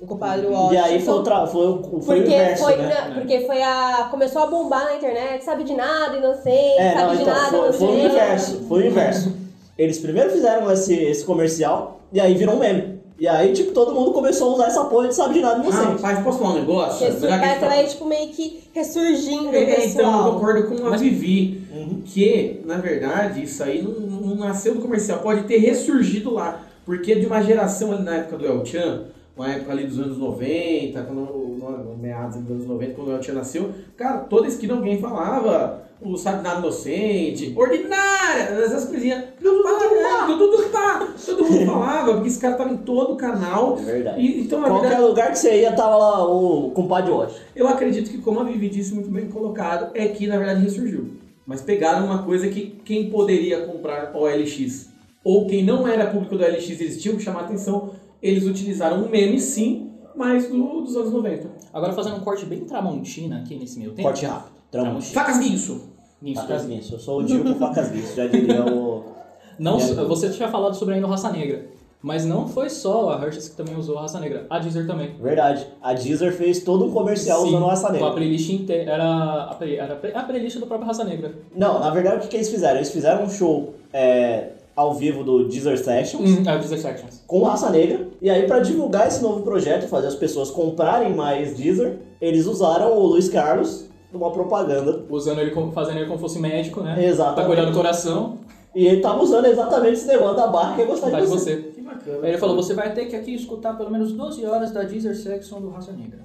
[SPEAKER 5] o compadre
[SPEAKER 2] Uhum. E aí foi, o
[SPEAKER 5] Washington.
[SPEAKER 2] tra- foi, o- foi o
[SPEAKER 5] Porque
[SPEAKER 2] inverso,
[SPEAKER 5] foi,
[SPEAKER 2] né?
[SPEAKER 5] na- porque foi a. Começou a bombar na internet, sabe de nada, inocente,
[SPEAKER 2] É,
[SPEAKER 5] sabe
[SPEAKER 2] não,
[SPEAKER 5] de
[SPEAKER 2] então,
[SPEAKER 5] nada, é.
[SPEAKER 2] foi, foi o
[SPEAKER 5] inocente.
[SPEAKER 2] inverso, foi o inverso. Eles primeiro fizeram esse, esse comercial e aí virou um meme. E aí, tipo, todo mundo começou a usar essa porra de sabe de nada, não sei.
[SPEAKER 1] Ah, Rapaz, posso falar um negócio?
[SPEAKER 5] Ressu-
[SPEAKER 1] Já que a gente
[SPEAKER 5] Essa
[SPEAKER 1] tá-
[SPEAKER 5] vai, tipo, meio que ressurgindo o
[SPEAKER 1] É, então, eu
[SPEAKER 5] pessoal.
[SPEAKER 1] concordo com a
[SPEAKER 3] Mas-
[SPEAKER 1] Vivi,
[SPEAKER 2] Uhum.
[SPEAKER 1] que, na verdade, isso aí não, não nasceu do comercial, pode ter ressurgido lá, porque de uma geração ali na época do El Chan, uma época ali dos anos 90, quando, no- no meados dos anos 90, quando o El Chan nasceu, cara, toda esquina alguém falava o sabe nada inocente, ordinária, essas coisinhas, tudo pá,
[SPEAKER 2] tá.
[SPEAKER 1] tudo pá, todo mundo falava, porque esse cara tava em todo o canal,
[SPEAKER 2] É verdade.
[SPEAKER 1] e, então, na
[SPEAKER 2] Qualquer
[SPEAKER 1] verdade,
[SPEAKER 2] lugar que você ia, tava lá o compadre Watch.
[SPEAKER 1] eu acredito que, como a Vivi disse muito bem colocado, é que na verdade ressurgiu. Mas pegaram uma coisa que quem poderia comprar OLX ou quem não era público do OLX, eles tinham que chamar atenção. eles utilizaram um meme, sim, mas do- dos anos 90.
[SPEAKER 3] Agora fazendo um corte bem tramontina aqui nesse meio tempo.
[SPEAKER 2] Corte rápido. Trampo.
[SPEAKER 3] Tramontina.
[SPEAKER 1] Facas guinso!
[SPEAKER 3] Isso,
[SPEAKER 2] Facas Guinso. Eu sou o Diego Facas Guinso, já diria o...
[SPEAKER 3] Não,
[SPEAKER 2] E aí?
[SPEAKER 3] você tinha falado sobre ainda o Raça Negra. Mas não foi só a Hershey's que também usou a Raça Negra. A Deezer também.
[SPEAKER 2] Verdade. A Deezer fez todo um comercial
[SPEAKER 3] Sim,
[SPEAKER 2] usando o Raça
[SPEAKER 3] com A
[SPEAKER 2] Negra.
[SPEAKER 3] playlist inteira. Era a, play- era a play- a playlist do próprio Raça Negra.
[SPEAKER 2] Não, na verdade, o que que eles fizeram? Eles fizeram um show é, ao vivo do Deezer Sessions
[SPEAKER 3] É o Deezer Sections.
[SPEAKER 2] com Raça Negra. E aí, pra divulgar esse novo projeto, fazer as pessoas comprarem mais Deezer, eles usaram o Luiz Carlos numa propaganda.
[SPEAKER 3] Usando ele como, fazendo ele como fosse médico, né? Tá
[SPEAKER 2] Exatamente.
[SPEAKER 3] cuidando do coração,
[SPEAKER 2] E ele tava usando exatamente esse negócio da barra que é gostar
[SPEAKER 3] tá
[SPEAKER 2] de
[SPEAKER 3] de
[SPEAKER 2] você.
[SPEAKER 3] você.
[SPEAKER 1] Que bacana.
[SPEAKER 3] Aí ele falou, você vai ter que aqui escutar pelo menos 12 horas da Deezer Section do Raça Negra.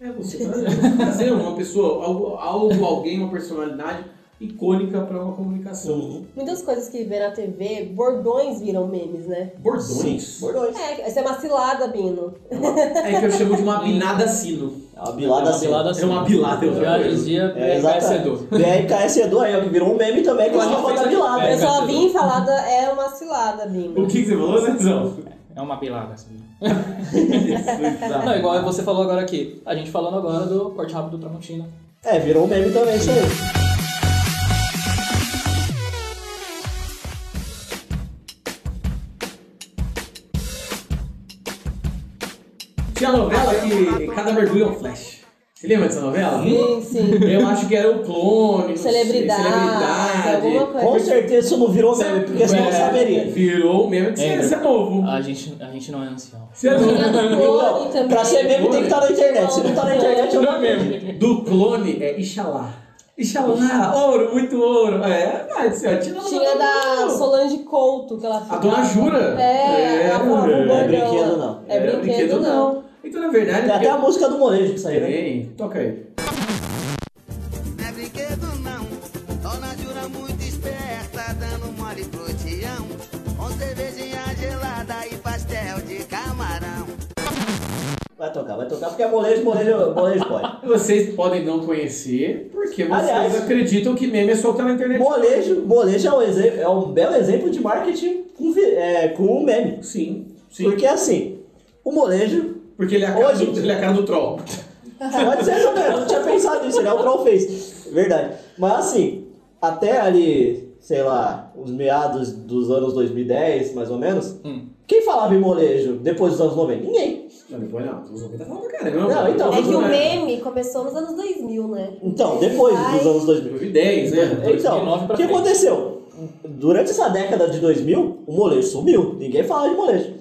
[SPEAKER 1] É você tra- trazer uma pessoa, algo, algo, alguém, uma personalidade icônica para uma comunicação.
[SPEAKER 2] Sim.
[SPEAKER 5] Muitas coisas que vê na TV, bordões viram memes, né?
[SPEAKER 1] Bordões?
[SPEAKER 2] Bordões.
[SPEAKER 5] É, essa é uma cilada, Bino.
[SPEAKER 1] É que eu chamo de uma binada sino.
[SPEAKER 2] É uma bilada assim.
[SPEAKER 1] É uma bilada, eu
[SPEAKER 3] Já
[SPEAKER 1] já-
[SPEAKER 3] dizia
[SPEAKER 2] É,
[SPEAKER 3] vencedor.
[SPEAKER 2] exatamente. BRKS Edu aí, ó, que virou um meme também, que
[SPEAKER 3] Claro,
[SPEAKER 2] só falta
[SPEAKER 3] fez-
[SPEAKER 2] bilada.
[SPEAKER 3] É,
[SPEAKER 5] Eu só
[SPEAKER 3] vencedor.
[SPEAKER 5] vim falar da, é uma cilada,
[SPEAKER 1] O
[SPEAKER 5] Bino.
[SPEAKER 1] que, que você falou, Zezão?
[SPEAKER 3] É uma bilada. assim.
[SPEAKER 1] Não,
[SPEAKER 3] Não, igual você falou agora aqui. A gente falando agora do corte rápido do Tramontina.
[SPEAKER 2] É, virou um meme também isso aí.
[SPEAKER 1] Tinha novela que cada mergulho é um flash. Você lembra dessa novela?
[SPEAKER 5] Sim, sim.
[SPEAKER 1] Eu acho que era o clone, não sei,
[SPEAKER 5] Celebridade, alguma coisa.
[SPEAKER 2] Com certeza isso não virou meme, porque senão eu
[SPEAKER 1] É,
[SPEAKER 2] saberia.
[SPEAKER 1] Virou mesmo que você
[SPEAKER 3] É.
[SPEAKER 1] você é novo.
[SPEAKER 3] A gente, a gente não é ancião.
[SPEAKER 1] Você é
[SPEAKER 5] Tinha
[SPEAKER 1] novo.
[SPEAKER 5] do
[SPEAKER 2] Não,
[SPEAKER 5] clone também.
[SPEAKER 2] Então, pra ser meme tem que estar na internet. Se não tá na internet, eu não meme.
[SPEAKER 1] Do clone é Ixalá. Ixalá, ouro, muito ouro. É, mas assim, ó, tinha novela
[SPEAKER 5] Tinha da
[SPEAKER 1] do-
[SPEAKER 5] Solange Couto, que ela
[SPEAKER 1] A dona Jura.
[SPEAKER 5] É, ela falava um
[SPEAKER 2] é
[SPEAKER 5] bordão.
[SPEAKER 2] brinquedo, não.
[SPEAKER 5] É brinquedo, não.
[SPEAKER 1] Então, na verdade,
[SPEAKER 2] Tem até a música do molejo que saiu, né?
[SPEAKER 1] Tem, toca aí.
[SPEAKER 7] Não é brinquedo não, Dona Jura muito esperta, dando mole pro tião. Com cervejinha gelada e pastel de camarão.
[SPEAKER 2] Vai tocar, vai tocar, porque é molejo, molejo, molejo pode.
[SPEAKER 1] Vocês podem não conhecer, porque vocês
[SPEAKER 2] Aliás-
[SPEAKER 1] acreditam que meme é soltar na internet.
[SPEAKER 2] Molejo, molejo é um, exemplo, é um belo exemplo de marketing com, vi- é, com meme.
[SPEAKER 1] Sim, sim.
[SPEAKER 2] Porque assim, o molejo é,
[SPEAKER 1] Porque ele é a cara,
[SPEAKER 2] Hoje-
[SPEAKER 1] do, ele é a cara do troll.
[SPEAKER 5] É
[SPEAKER 2] Pode ser também, eu não tinha pensado nisso, né? O troll fez. Verdade. Mas assim, até ali, sei lá, os meados dos anos 2010, mais ou menos,
[SPEAKER 3] Hum.
[SPEAKER 2] quem falava em molejo depois dos anos 90? Ninguém.
[SPEAKER 1] Não, depois não. Os homens tá falando pra caramba.
[SPEAKER 2] Não, então,
[SPEAKER 5] É que o meme começou nos anos 2000, né?
[SPEAKER 2] Então, depois
[SPEAKER 5] Ai,
[SPEAKER 2] dos anos 2000.
[SPEAKER 1] 2010, né?
[SPEAKER 2] Então,
[SPEAKER 3] 2009
[SPEAKER 2] o
[SPEAKER 3] pra
[SPEAKER 2] que
[SPEAKER 3] frente.
[SPEAKER 2] aconteceu? Durante essa década de 2000, o molejo sumiu. Ninguém fala de molejo.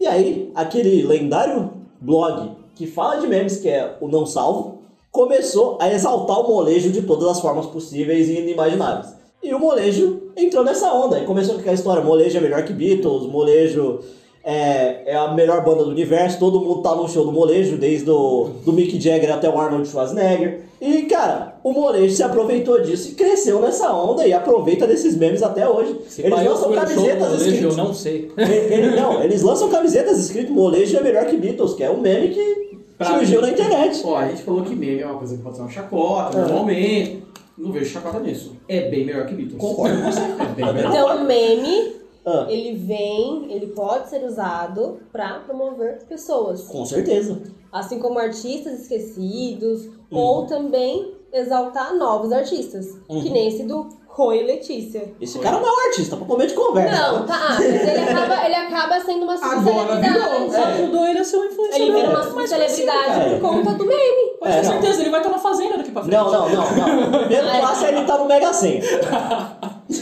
[SPEAKER 2] E aí, aquele lendário blog que fala de memes, que é o Não Salvo, começou a exaltar o molejo de todas as formas possíveis e inimagináveis. E o molejo entrou nessa onda. E começou com aquela história, molejo é melhor que Beatles, molejo... É, é a melhor banda do universo, todo mundo tá no show do molejo, desde o do Mick Jagger até o Arnold Schwarzenegger. E, cara, o molejo se aproveitou disso e cresceu nessa onda e aproveita desses memes até hoje. Eles
[SPEAKER 3] pai, eu
[SPEAKER 2] lançam
[SPEAKER 3] fui no show do
[SPEAKER 2] camisetas
[SPEAKER 3] molejo, Eu
[SPEAKER 1] né?
[SPEAKER 2] escritas.
[SPEAKER 3] não sei.
[SPEAKER 2] Ele- ele- não, eles lançam camisetas escrito molejo é melhor que Beatles, que é um meme que
[SPEAKER 1] Pra
[SPEAKER 2] surgiu
[SPEAKER 1] mim.
[SPEAKER 2] na internet.
[SPEAKER 1] Ó, a gente falou que meme é uma coisa que pode ser uma chacota,
[SPEAKER 2] É.
[SPEAKER 1] normalmente. Não vejo chacota nisso. É bem melhor que Beatles.
[SPEAKER 2] Concordo com você.
[SPEAKER 1] É bem melhor.
[SPEAKER 5] Então, o meme,
[SPEAKER 2] Ah,
[SPEAKER 5] ele vem, ele pode ser usado pra promover pessoas.
[SPEAKER 2] com certeza.
[SPEAKER 5] Assim como artistas esquecidos, ou também exaltar novos artistas.
[SPEAKER 2] Uhum.
[SPEAKER 5] Que nem esse do Roy Letícia.
[SPEAKER 2] Esse cara não é um artista, pra comer de conversa.
[SPEAKER 5] Não, tá, mas ele acaba, ele acaba sendo uma
[SPEAKER 1] Agora
[SPEAKER 5] subcelebridade.
[SPEAKER 1] virou,
[SPEAKER 3] Só ajudou ele a ser um influenciador.
[SPEAKER 5] É. Ele vira uma
[SPEAKER 3] Mas
[SPEAKER 5] subcelebridade
[SPEAKER 2] cara.
[SPEAKER 5] por conta do meme.
[SPEAKER 3] Pode
[SPEAKER 2] É,
[SPEAKER 3] ter
[SPEAKER 2] não.
[SPEAKER 3] certeza, ele vai estar na fazenda daqui pra frente.
[SPEAKER 2] Não, não, não, não. Pelo passo ele tá no Mega Senha.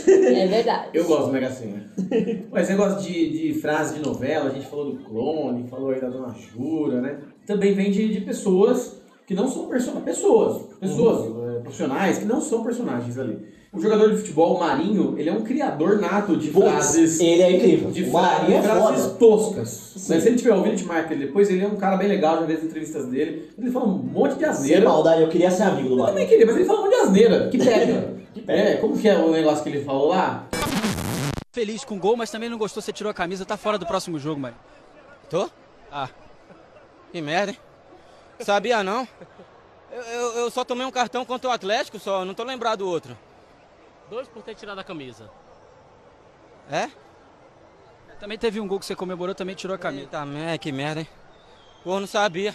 [SPEAKER 5] É verdade.
[SPEAKER 1] Eu gosto do Mega Sena. Mas negócio de, de frase de novela, a gente falou do clone, falou aí da Dona Jura, né? Também vem de, de pessoas que não são personagens. Pessoas, pessoas,
[SPEAKER 2] Uhum.
[SPEAKER 1] eh, profissionais que não são personagens ali. O jogador de futebol, o Marinho, ele é um criador nato de frases.
[SPEAKER 2] Putz, ele é incrível.
[SPEAKER 1] De
[SPEAKER 2] O
[SPEAKER 1] fra-
[SPEAKER 2] Marinho é
[SPEAKER 1] frases
[SPEAKER 2] foda.
[SPEAKER 1] toscas.
[SPEAKER 2] Sim.
[SPEAKER 1] Mas se ele tiver ouvindo, a gente marca ele depois. Ele é um cara bem legal, já vi as entrevistas dele. Ele fala um monte de
[SPEAKER 2] Sem
[SPEAKER 1] asneira.
[SPEAKER 2] maldade, eu queria ser amigo do
[SPEAKER 1] Eu também
[SPEAKER 2] Marinho.
[SPEAKER 1] queria, mas ele fala um monte de asneira. Que pega. que pega. É, como que é o negócio que ele falou lá?
[SPEAKER 8] feliz com o gol, mas também não gostou, você tirou a camisa, tá fora do próximo jogo, mano.
[SPEAKER 9] Tô? Ah, que merda, hein? Sabia não? Eu, eu- eu só tomei um cartão contra o Atlético só, não tô lembrado do outro.
[SPEAKER 10] Dois por ter tirado a camisa.
[SPEAKER 9] É?
[SPEAKER 11] Também teve um gol que você comemorou, também tirou a camisa.
[SPEAKER 12] Eita, mer- que merda, hein? Porra, não sabia.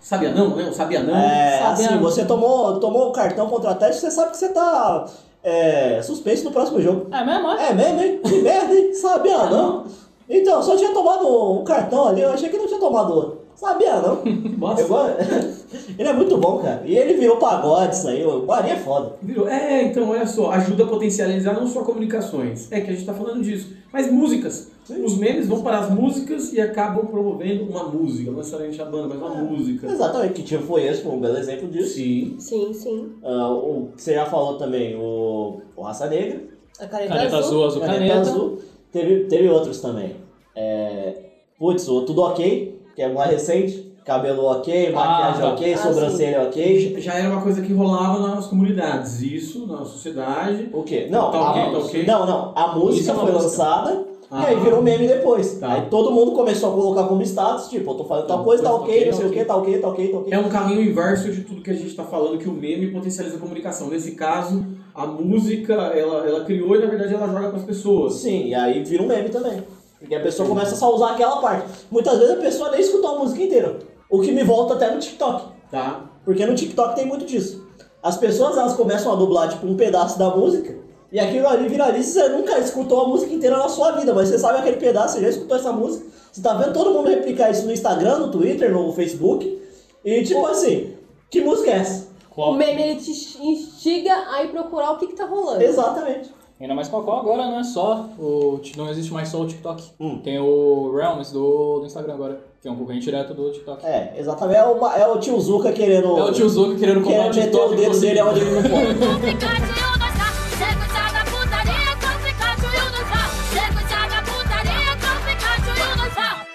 [SPEAKER 8] Sabia não, né? Sabia não.
[SPEAKER 2] É,
[SPEAKER 8] sabia
[SPEAKER 2] assim,
[SPEAKER 8] não.
[SPEAKER 2] você tomou, tomou o cartão contra o Atlético, você sabe que você tá é, suspenso no próximo jogo.
[SPEAKER 13] É mesmo? é?
[SPEAKER 2] É mesmo, hein? Que merda, hein? Sabia não? Então, só tinha tomado um cartão ali, eu achei que não tinha tomado outro. Sabia não?
[SPEAKER 8] Nossa.
[SPEAKER 2] Eu go- ele é muito bom, cara. E ele virou pagode, isso aí. O Guarinha é foda.
[SPEAKER 8] Virou. É, então, olha só, ajuda a potencializar não só comunicações, é que a gente tá falando disso, mas músicas. Os memes vão para as músicas e acabam promovendo uma música, não necessariamente a banda, mas uma música.
[SPEAKER 2] Exatamente, que time foi esse, foi um belo exemplo disso.
[SPEAKER 8] Sim.
[SPEAKER 5] Sim, sim.
[SPEAKER 2] Ah, o que você já falou também, o, o Raça Negra.
[SPEAKER 5] A caneta,
[SPEAKER 3] Caneta azul, azul
[SPEAKER 2] Caneta,
[SPEAKER 3] caneta.
[SPEAKER 2] Azul. Teve, teve outros também. É, putz, o Tudo Ok, que é mais recente. Cabelo ok, maquiagem
[SPEAKER 3] tá.
[SPEAKER 2] ok,
[SPEAKER 5] Ah,
[SPEAKER 2] sobrancelha ok.
[SPEAKER 8] Já era uma coisa que rolava nas comunidades, isso, na sociedade.
[SPEAKER 2] O quê? Não,
[SPEAKER 8] Tá
[SPEAKER 2] a,
[SPEAKER 8] ok, tá ok.
[SPEAKER 2] não, não. A
[SPEAKER 3] Isso é
[SPEAKER 2] música
[SPEAKER 3] uma
[SPEAKER 2] foi
[SPEAKER 3] música.
[SPEAKER 2] lançada e
[SPEAKER 8] Ah.
[SPEAKER 2] aí virou meme depois.
[SPEAKER 8] Tá.
[SPEAKER 2] Aí todo mundo começou a colocar como status, tipo, eu tô falando tal
[SPEAKER 3] Tá,
[SPEAKER 2] coisa, tá
[SPEAKER 3] coisa, tá
[SPEAKER 2] ok,
[SPEAKER 3] ok,
[SPEAKER 2] não sei o que, tá ok, tá ok, tá ok.
[SPEAKER 8] É um caminho inverso de tudo que a gente está falando, que o meme potencializa a comunicação. Nesse caso, a música, ela, ela criou e, na verdade, ela joga para as pessoas.
[SPEAKER 2] Sim, e aí vira um meme também. Porque a pessoa começa só a usar aquela parte. Muitas vezes a pessoa nem escutou a música inteira. O que me volta até no TikTok.
[SPEAKER 8] Tá?
[SPEAKER 2] Porque no TikTok tem muito disso. As pessoas elas começam a dublar tipo um pedaço da música e aquilo ali viraliza. Você nunca escutou a música inteira na sua vida, mas você sabe aquele pedaço, você já escutou essa música. Você tá vendo todo mundo replicar isso no Instagram, no Twitter, no Facebook. E tipo assim, que música é essa?
[SPEAKER 5] O
[SPEAKER 3] Qual?
[SPEAKER 5] meme ele te instiga a ir procurar o que, que tá rolando.
[SPEAKER 2] Exatamente.
[SPEAKER 3] Ainda mais com a qual agora não é só o. Não existe mais só o TikTok.
[SPEAKER 2] Hum.
[SPEAKER 3] Tem o Realms do, do Instagram agora, que é um concorrente direto do TikTok. É,
[SPEAKER 2] É, exatamente. É o, é o tio Zuka querendo.
[SPEAKER 3] o tio Zuko querendo comprar o
[SPEAKER 2] querendo meter
[SPEAKER 3] TikTok.
[SPEAKER 2] é o dedo dele aonde ele não pode.
[SPEAKER 4] Complicado eu gostar, negociar da putaria, complicado eu gostar, negociar da putaria, complicado eu gostar.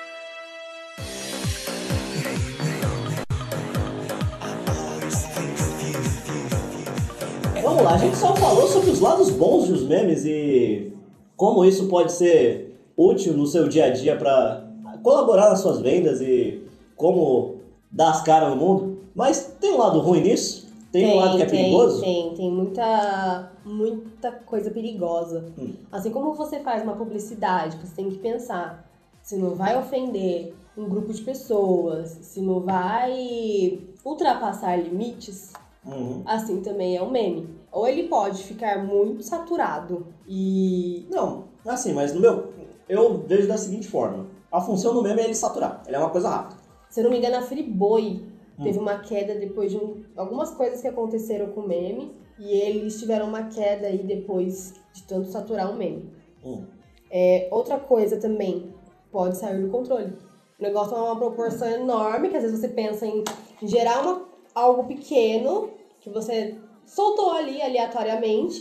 [SPEAKER 2] Vamos lá, a gente só falou sobre os lados bons dos memes e como isso pode ser útil no seu dia a dia para colaborar nas suas vendas e como dar as caras no mundo. Mas tem um lado ruim nisso? Tem, um lado que é perigoso?
[SPEAKER 5] Tem, tem muita, muita coisa perigosa.
[SPEAKER 2] Hum.
[SPEAKER 5] Assim como você faz uma publicidade, você tem que pensar se não vai ofender um grupo de pessoas, se não vai ultrapassar limites,
[SPEAKER 2] Uhum.
[SPEAKER 5] assim também é um meme. Ou ele pode ficar muito saturado e.
[SPEAKER 2] Não, assim, mas no meu. Eu vejo da seguinte forma: a função do meme é ele saturar, ele é uma coisa rápida.
[SPEAKER 5] Se eu não me engano, a Friboi teve uma queda depois de um- algumas coisas que aconteceram com o meme. E eles tiveram uma queda aí depois de tanto saturar o meme.
[SPEAKER 2] Hum.
[SPEAKER 5] É, outra coisa também, pode sair do controle. O negócio toma uma proporção enorme, que às vezes você pensa em gerar uma, algo pequeno, que você soltou ali aleatoriamente,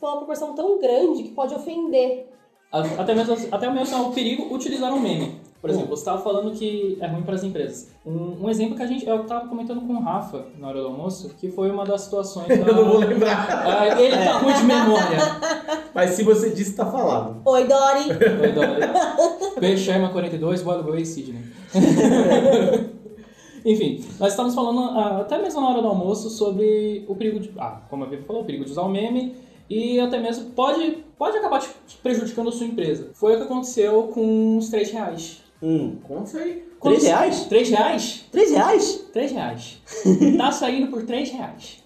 [SPEAKER 5] toma uma proporção tão grande que pode ofender.
[SPEAKER 3] A- Até mesmo, até mesmo é um perigo utilizar um meme. Por
[SPEAKER 2] Hum.
[SPEAKER 3] exemplo, você estava falando que é ruim para as empresas. Um, um exemplo que a gente. Eu estava comentando com o Rafa na hora do almoço, que foi uma das situações. da-
[SPEAKER 8] Eu não vou lembrar.
[SPEAKER 3] Ah, ele
[SPEAKER 2] É.
[SPEAKER 3] tá ruim de memória.
[SPEAKER 8] Mas se você disse, tá falado.
[SPEAKER 5] Oi, Dori!
[SPEAKER 3] Oi, Dória. Ben Sherman 42, Wild Way Sydney. Enfim, nós estávamos falando ah, até mesmo na hora do almoço sobre o perigo de. Ah, como a Vivi falou, o perigo de usar o meme. E até mesmo pode, pode acabar te te prejudicando a sua empresa. Foi o que aconteceu com os 3 reais.
[SPEAKER 2] Hum.
[SPEAKER 8] Conta isso aí.
[SPEAKER 2] Três reais?
[SPEAKER 3] 3 reais?
[SPEAKER 2] Três reais?
[SPEAKER 3] 3 reais. tá saindo por 3 reais.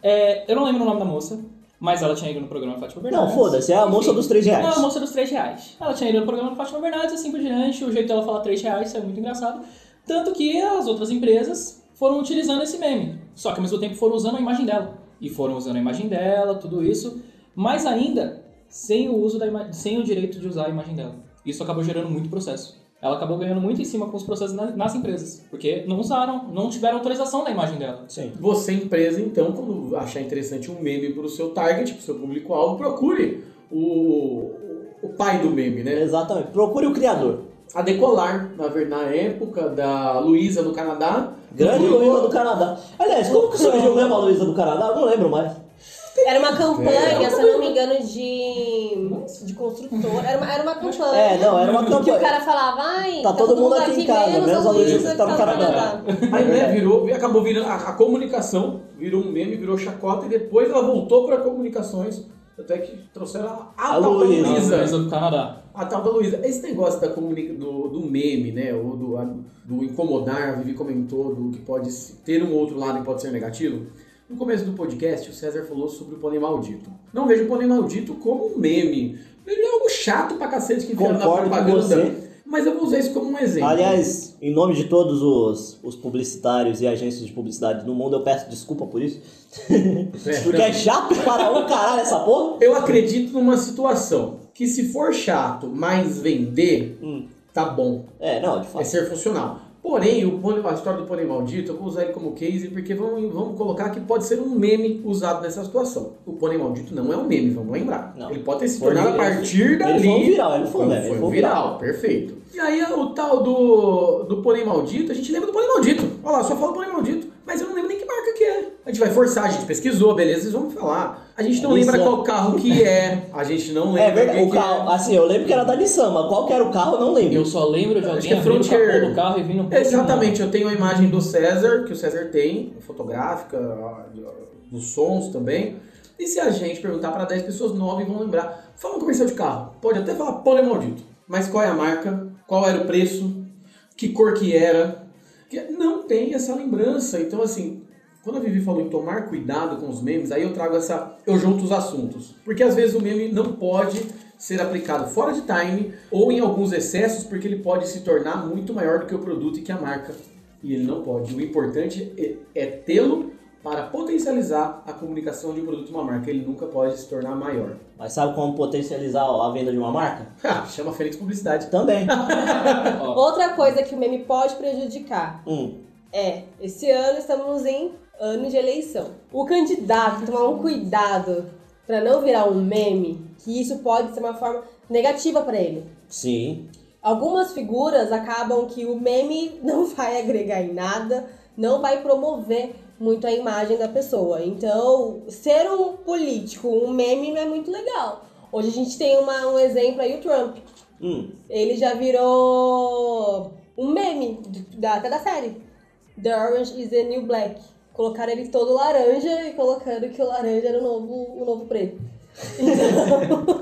[SPEAKER 3] É, eu não lembro o nome da moça, mas ela tinha ido no programa Fátima
[SPEAKER 2] Não,
[SPEAKER 3] Bernardes.
[SPEAKER 2] foda-se, é a moça dos três
[SPEAKER 3] Ela é
[SPEAKER 2] reais.
[SPEAKER 3] a moça dos 3 reais. Ela tinha ido no programa do Fátima Bernardes, assim por diante, o jeito dela falar 3 reais, isso é muito engraçado. Tanto que as outras empresas foram utilizando esse meme. Só que ao mesmo tempo foram usando a imagem dela. E foram usando a imagem dela, tudo isso. Mas ainda sem o uso da ima- sem o direito de usar a imagem dela. Isso acabou gerando muito processo. Ela acabou ganhando muito em cima com os processos na- nas empresas. Porque não usaram, não tiveram autorização da imagem dela.
[SPEAKER 2] Sim.
[SPEAKER 8] Você, empresa, então, quando achar interessante um meme para o seu target, para o seu público-alvo, procure o, o pai do meme, né?
[SPEAKER 2] Exatamente. Procure o criador.
[SPEAKER 8] A Decolar, na, ver- na época da Luísa no Canadá.
[SPEAKER 2] Grande
[SPEAKER 1] Uhum.
[SPEAKER 8] Procurou-
[SPEAKER 2] Luísa do Canadá. Aliás, como que surgiu mesmo a Luísa do Canadá? Eu não lembro mais.
[SPEAKER 5] Era uma campanha,
[SPEAKER 2] É.
[SPEAKER 5] se eu não me engano, de. de construtor. Era uma, era uma campanha.
[SPEAKER 2] É, não, era uma
[SPEAKER 5] Que o
[SPEAKER 2] campanha.
[SPEAKER 5] cara falava, ai,
[SPEAKER 2] Tá todo mundo aqui em casa, menos a Luísa que tá no Canadá.
[SPEAKER 8] Aí, né, virou, acabou virando a, a comunicação, virou um meme, virou chacota, e depois ela voltou para comunicações
[SPEAKER 1] Tanto é que trouxeram a,
[SPEAKER 2] A
[SPEAKER 1] tal da
[SPEAKER 2] Luísa.
[SPEAKER 1] Luísa.
[SPEAKER 10] A Luísa do Canadá.
[SPEAKER 1] A tal da Luísa. Esse negócio da comunica, do, do meme, né? Ou do, a- do incomodar, a Vivi comentou, do que pode se- ter um outro lado e pode ser negativo. No começo do podcast, o César falou sobre o Pônei Maldito. Não vejo o Pônei Maldito como um meme. Ele é algo chato pra cacete que vira na
[SPEAKER 2] Concordo com
[SPEAKER 1] propaganda.
[SPEAKER 2] você.
[SPEAKER 1] Mas eu vou usar isso como um exemplo.
[SPEAKER 2] Aliás, em nome de todos os, os publicitários e agências de publicidade do mundo, eu peço desculpa por isso.
[SPEAKER 1] É,
[SPEAKER 2] Porque é chato para um caralho essa porra.
[SPEAKER 1] Eu acredito numa situação que se for chato, mas vender,
[SPEAKER 2] Hum.
[SPEAKER 1] tá bom.
[SPEAKER 2] É, não, de
[SPEAKER 1] É
[SPEAKER 2] fato.
[SPEAKER 1] ser funcional. Porém, o pônei, a história do pônei maldito, eu vou usar ele como case, porque vamos, vamos colocar que pode ser um meme usado nessa situação. O pônei maldito não é um meme, vamos lembrar.
[SPEAKER 2] Não.
[SPEAKER 1] Ele pode ter se
[SPEAKER 2] Pônei-
[SPEAKER 1] tornado a partir dali.
[SPEAKER 2] Ele foi um viral, ele foi um meme,
[SPEAKER 1] Foi
[SPEAKER 2] ele
[SPEAKER 1] um viral, perfeito. E aí o tal do, do pônei maldito, a gente lembra do pônei maldito. Olha lá, só fala pônei maldito, mas eu não lembro nem que marca que é. A gente vai forçar, a gente pesquisou, beleza, vocês vão me falar. A gente não
[SPEAKER 2] Isso
[SPEAKER 1] lembra
[SPEAKER 2] é-
[SPEAKER 1] qual carro que é, a gente não lembra
[SPEAKER 2] É verdade,
[SPEAKER 1] quem
[SPEAKER 2] o
[SPEAKER 1] que é.
[SPEAKER 2] carro, assim, eu lembro que era da Nissan, mas qual que era o carro eu não lembro.
[SPEAKER 10] Eu só lembro de
[SPEAKER 1] Acho
[SPEAKER 10] alguém
[SPEAKER 1] que é
[SPEAKER 10] abrindo o
[SPEAKER 1] Frontier.
[SPEAKER 10] capô do carro e
[SPEAKER 3] um
[SPEAKER 10] vindo...
[SPEAKER 1] Exatamente, eu tenho a imagem do César, que o César tem, fotográfica, a- dos sons também. E se a gente perguntar para 10 pessoas, 9 vão lembrar. Fala um comercial de carro, pode até falar pônei maldito, mas qual é a marca, qual era o preço, que cor que era. Que não tem essa lembrança, então assim... Quando a Vivi falou em tomar cuidado com os memes, aí eu trago essa. Eu junto os assuntos. Porque às vezes o meme não pode ser aplicado fora de time ou em alguns excessos, porque ele pode se tornar muito maior do que o produto e que a marca. E ele não pode. O importante é, é tê-lo para potencializar a comunicação de um produto e uma marca. Ele nunca pode se tornar maior.
[SPEAKER 2] Mas sabe como potencializar a venda de uma marca?
[SPEAKER 1] Ha, Chama Fênix Publicidade.
[SPEAKER 2] Também.
[SPEAKER 5] Outra coisa que o meme pode prejudicar
[SPEAKER 2] Hum,
[SPEAKER 5] é, esse ano estamos em ano de eleição. O candidato tomar um cuidado pra não virar um meme, que isso pode ser uma forma negativa pra ele.
[SPEAKER 2] sim.
[SPEAKER 5] Algumas figuras acabam que o meme não vai agregar em nada, não vai promover muito a imagem da pessoa. Então, ser um político, um meme não é muito legal. Hoje a gente tem uma- um exemplo aí, o Trump.
[SPEAKER 2] Hum,
[SPEAKER 5] Ele já virou um meme, d- da- até da série. The Orange is the New Black. Colocaram ele todo laranja e colocando que o laranja era o novo, o novo preto.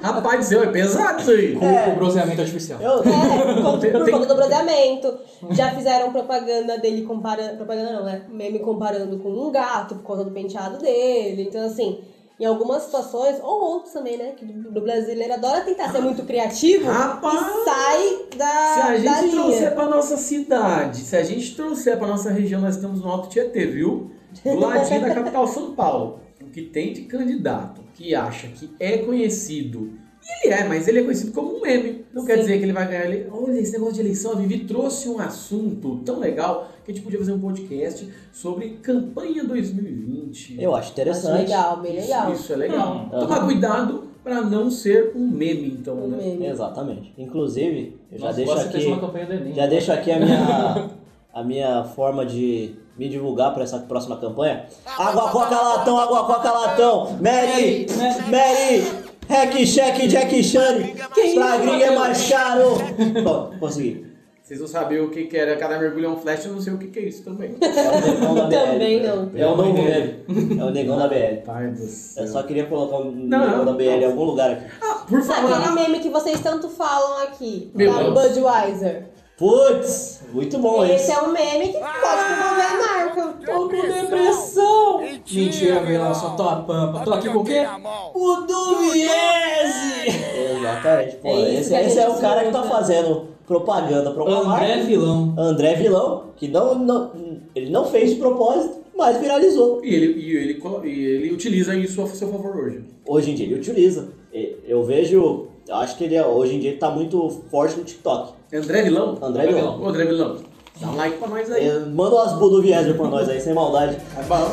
[SPEAKER 1] Rapaz, do céu, é pesado isso aí.
[SPEAKER 10] Com o
[SPEAKER 1] assim,
[SPEAKER 10] bronzeamento artificial.
[SPEAKER 2] eu,
[SPEAKER 5] É, por,
[SPEAKER 1] Tem-
[SPEAKER 5] por
[SPEAKER 1] tem-
[SPEAKER 5] conta do bronzeamento. Já fizeram propaganda dele comparando. Propaganda não, né? Meme comparando com um gato por conta do penteado dele. Então, assim, em algumas situações, ou outros também, né? Que do do brasileiro adora tentar ser muito criativo
[SPEAKER 1] Rapaz!
[SPEAKER 5] e sai da,
[SPEAKER 1] Ah! Se a
[SPEAKER 5] da
[SPEAKER 1] gente
[SPEAKER 5] linha.
[SPEAKER 1] trouxer pra nossa cidade, se a gente trouxer pra nossa região, nós estamos no Alto Tietê, viu? Do ladinho da capital São Paulo. O que tem de candidato que acha que é conhecido, e ele é, mas ele é conhecido como um meme. Não quer
[SPEAKER 5] Sim.
[SPEAKER 1] dizer que ele vai ganhar ele. Olha, esse negócio de eleição, a Vivi trouxe um assunto tão legal que a gente podia fazer um podcast sobre campanha 2020.
[SPEAKER 2] eu acho
[SPEAKER 5] Acho
[SPEAKER 2] interessante.
[SPEAKER 5] legal, bem legal.
[SPEAKER 1] Isso, isso é legal.
[SPEAKER 10] Não.
[SPEAKER 1] Tomar cuidado pra não ser um meme, então,
[SPEAKER 5] Um
[SPEAKER 1] né?
[SPEAKER 5] meme.
[SPEAKER 2] Exatamente. Inclusive, eu já
[SPEAKER 10] Nossa,
[SPEAKER 2] deixo
[SPEAKER 10] quase fez
[SPEAKER 2] aqui.
[SPEAKER 10] uma campanha do Enem.
[SPEAKER 2] Já deixo aqui a minha, a minha forma de me divulgar para essa próxima campanha. Água Coca Latão, Água Coca Latão, Mary, Mary, Hack Check, Jack Shane, pra gringa é mais caro. Bom, consegui.
[SPEAKER 1] Vocês não sabiam o que, que era, cada mergulho é um flash, eu não sei o que, que é isso também.
[SPEAKER 2] É o negão da BL.
[SPEAKER 5] Também não.
[SPEAKER 2] É o novo meme. É o negão da BL.
[SPEAKER 1] Pai do
[SPEAKER 2] Eu
[SPEAKER 1] céu.
[SPEAKER 2] só queria colocar o
[SPEAKER 1] Não,
[SPEAKER 2] negão da BL em algum lugar aqui.
[SPEAKER 1] Por
[SPEAKER 5] Aquele
[SPEAKER 1] falar,
[SPEAKER 5] meme que vocês tanto falam aqui,
[SPEAKER 1] Meu
[SPEAKER 5] da
[SPEAKER 1] Deus.
[SPEAKER 5] Budweiser.
[SPEAKER 2] Putz, muito bom
[SPEAKER 5] Esse
[SPEAKER 2] esse.
[SPEAKER 5] é um meme que pode
[SPEAKER 1] Ah!
[SPEAKER 5] promover a marca.
[SPEAKER 10] Tô com depressão!
[SPEAKER 7] Mentira,
[SPEAKER 10] Mentira, Vilão, só tô a pampa. Tô aqui com o quê? O Duviese!
[SPEAKER 2] Exatamente, pô.
[SPEAKER 5] É isso
[SPEAKER 2] esse
[SPEAKER 5] que a
[SPEAKER 2] esse
[SPEAKER 5] gente
[SPEAKER 2] é o cara que tá
[SPEAKER 5] precisa. né?
[SPEAKER 2] fazendo propaganda pra uma marca.
[SPEAKER 10] André Vilão.
[SPEAKER 2] André Vilão, que não, não- ele não fez de propósito, mas viralizou.
[SPEAKER 1] e ele, e, ele, co- e ele utiliza isso a seu favor hoje.
[SPEAKER 2] Hoje em dia ele utiliza. E- Eu vejo, eu acho que ele é- hoje em dia ele tá muito forte no TikTok.
[SPEAKER 1] André Vilão?
[SPEAKER 2] André Vilão.
[SPEAKER 1] Ô, André Vilão, dá um like pra nós aí.
[SPEAKER 2] Eh, Manda umas buduviésio pra nós aí, sem maldade.
[SPEAKER 1] É bom.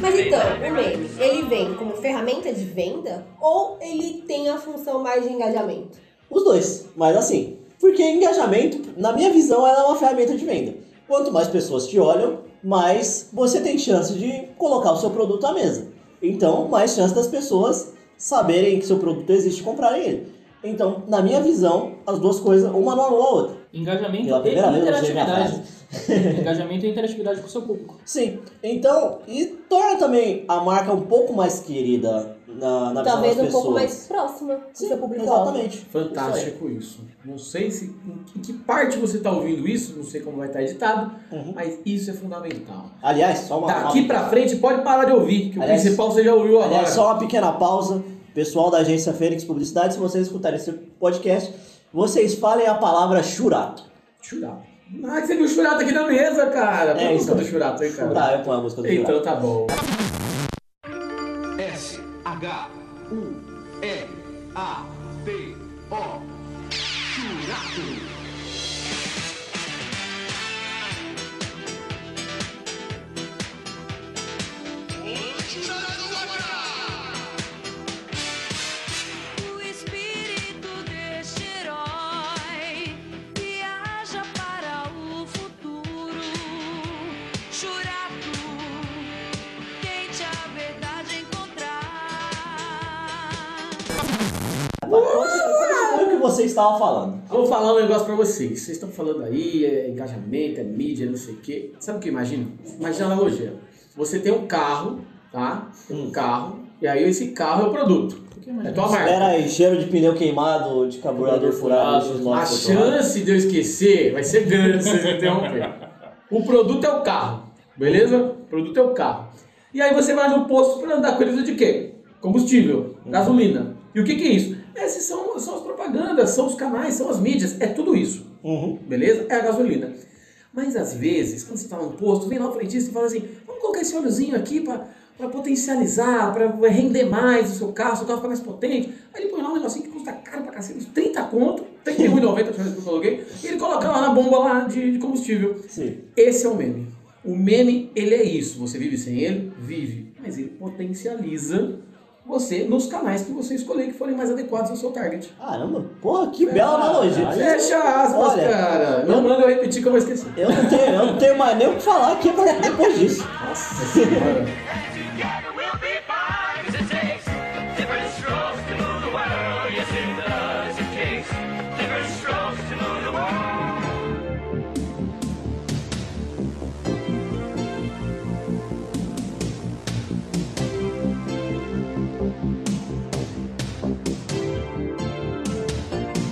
[SPEAKER 5] Mas então, o meme, ele vem como ferramenta de venda ou ele tem a função mais de engajamento?
[SPEAKER 2] Os dois, mas assim, porque engajamento, na minha visão, ela é uma ferramenta de venda. Quanto mais pessoas te olham, mais você tem chance de colocar o seu produto à mesa. Então, mais chance das pessoas saberem que seu produto existe e comprarem ele. Então, na minha visão, as duas coisas, uma anula a outra.
[SPEAKER 3] Engajamento
[SPEAKER 2] Pela
[SPEAKER 3] e
[SPEAKER 2] primeira vez eu usei minha
[SPEAKER 3] interatividade.
[SPEAKER 2] frase.
[SPEAKER 3] Engajamento e interatividade com o seu público.
[SPEAKER 2] Sim, então, e torna também a marca um pouco mais querida na, na visão das
[SPEAKER 5] Talvez um
[SPEAKER 2] pessoas.
[SPEAKER 5] pouco mais próxima do
[SPEAKER 2] Sim,
[SPEAKER 5] seu público.
[SPEAKER 2] exatamente.
[SPEAKER 8] Fantástico isso. Não sei se em que- em que parte você está ouvindo isso, não sei como vai estar editado,
[SPEAKER 2] Uhum.
[SPEAKER 8] mas isso é fundamental.
[SPEAKER 2] Aliás,
[SPEAKER 1] Tá,
[SPEAKER 2] só uma
[SPEAKER 8] Daqui
[SPEAKER 2] uma-
[SPEAKER 8] pra frente pode parar de ouvir, que o
[SPEAKER 2] Aliás-
[SPEAKER 8] principal você já ouviu agora.
[SPEAKER 2] Aliás, só uma pequena pausa. Pessoal da agência Fênix Publicidade, se vocês escutarem esse podcast, vocês falem a palavra churato.
[SPEAKER 8] Churato. Ah, que você viu o Churato aqui na mesa, cara. Põe a música do Churato aí, cara.
[SPEAKER 2] É, Churato, eu ponho a música do
[SPEAKER 8] Então
[SPEAKER 2] churato.
[SPEAKER 8] tá bom.
[SPEAKER 4] O espírito deste herói viaja para o futuro. Jurato, tente a verdade encontrar.
[SPEAKER 2] Continue o que você estava falando.
[SPEAKER 8] Vou falar um negócio pra vocês. Vocês estão falando aí, é engajamento, é mídia, não sei o quê. Sabe o que eu imagino? Imagina a analogia. Você tem um carro, tá?
[SPEAKER 2] Hum.
[SPEAKER 8] Um carro, e aí esse carro é o produto. É tua marca.
[SPEAKER 2] Espera aí, cheiro de pneu queimado, de carburador furado, X9
[SPEAKER 8] A
[SPEAKER 2] botão.
[SPEAKER 8] chance de eu esquecer vai ser grande se vocês me interromperem. O produto é o carro, beleza? O produto é o carro. E aí você vai no posto pra andar com eles é de quê? Combustível, gasolina. E o que, que é isso? Essas são, são as propagandas, são os canais, são as mídias, é tudo isso.
[SPEAKER 2] Uhum.
[SPEAKER 8] Beleza? É a gasolina. Mas às vezes, quando você está num posto, vem lá o frentista e fala assim: vamos colocar esse óleozinho aqui para potencializar, para render mais o seu carro, seu carro ficar mais potente. Aí ele põe lá um negocinho que custa caro pra cacete, uns 30 conto, 31,90 que eu coloquei, e ele coloca lá na bomba lá de, de combustível.
[SPEAKER 2] Sim.
[SPEAKER 8] Esse é o meme. O meme, ele é isso. Você vive sem ele? Vive. Mas ele potencializa você nos canais que você escolher que forem mais adequados ao seu target.
[SPEAKER 2] Caramba, porra, que bela analogia.
[SPEAKER 8] Fecha aspas,
[SPEAKER 2] Olha,
[SPEAKER 8] cara. Não manda eu repetir que eu vou esquecer.
[SPEAKER 2] Eu não tenho, eu não tenho mais nem o que falar aqui pra- depois disso.
[SPEAKER 8] Nossa senhora.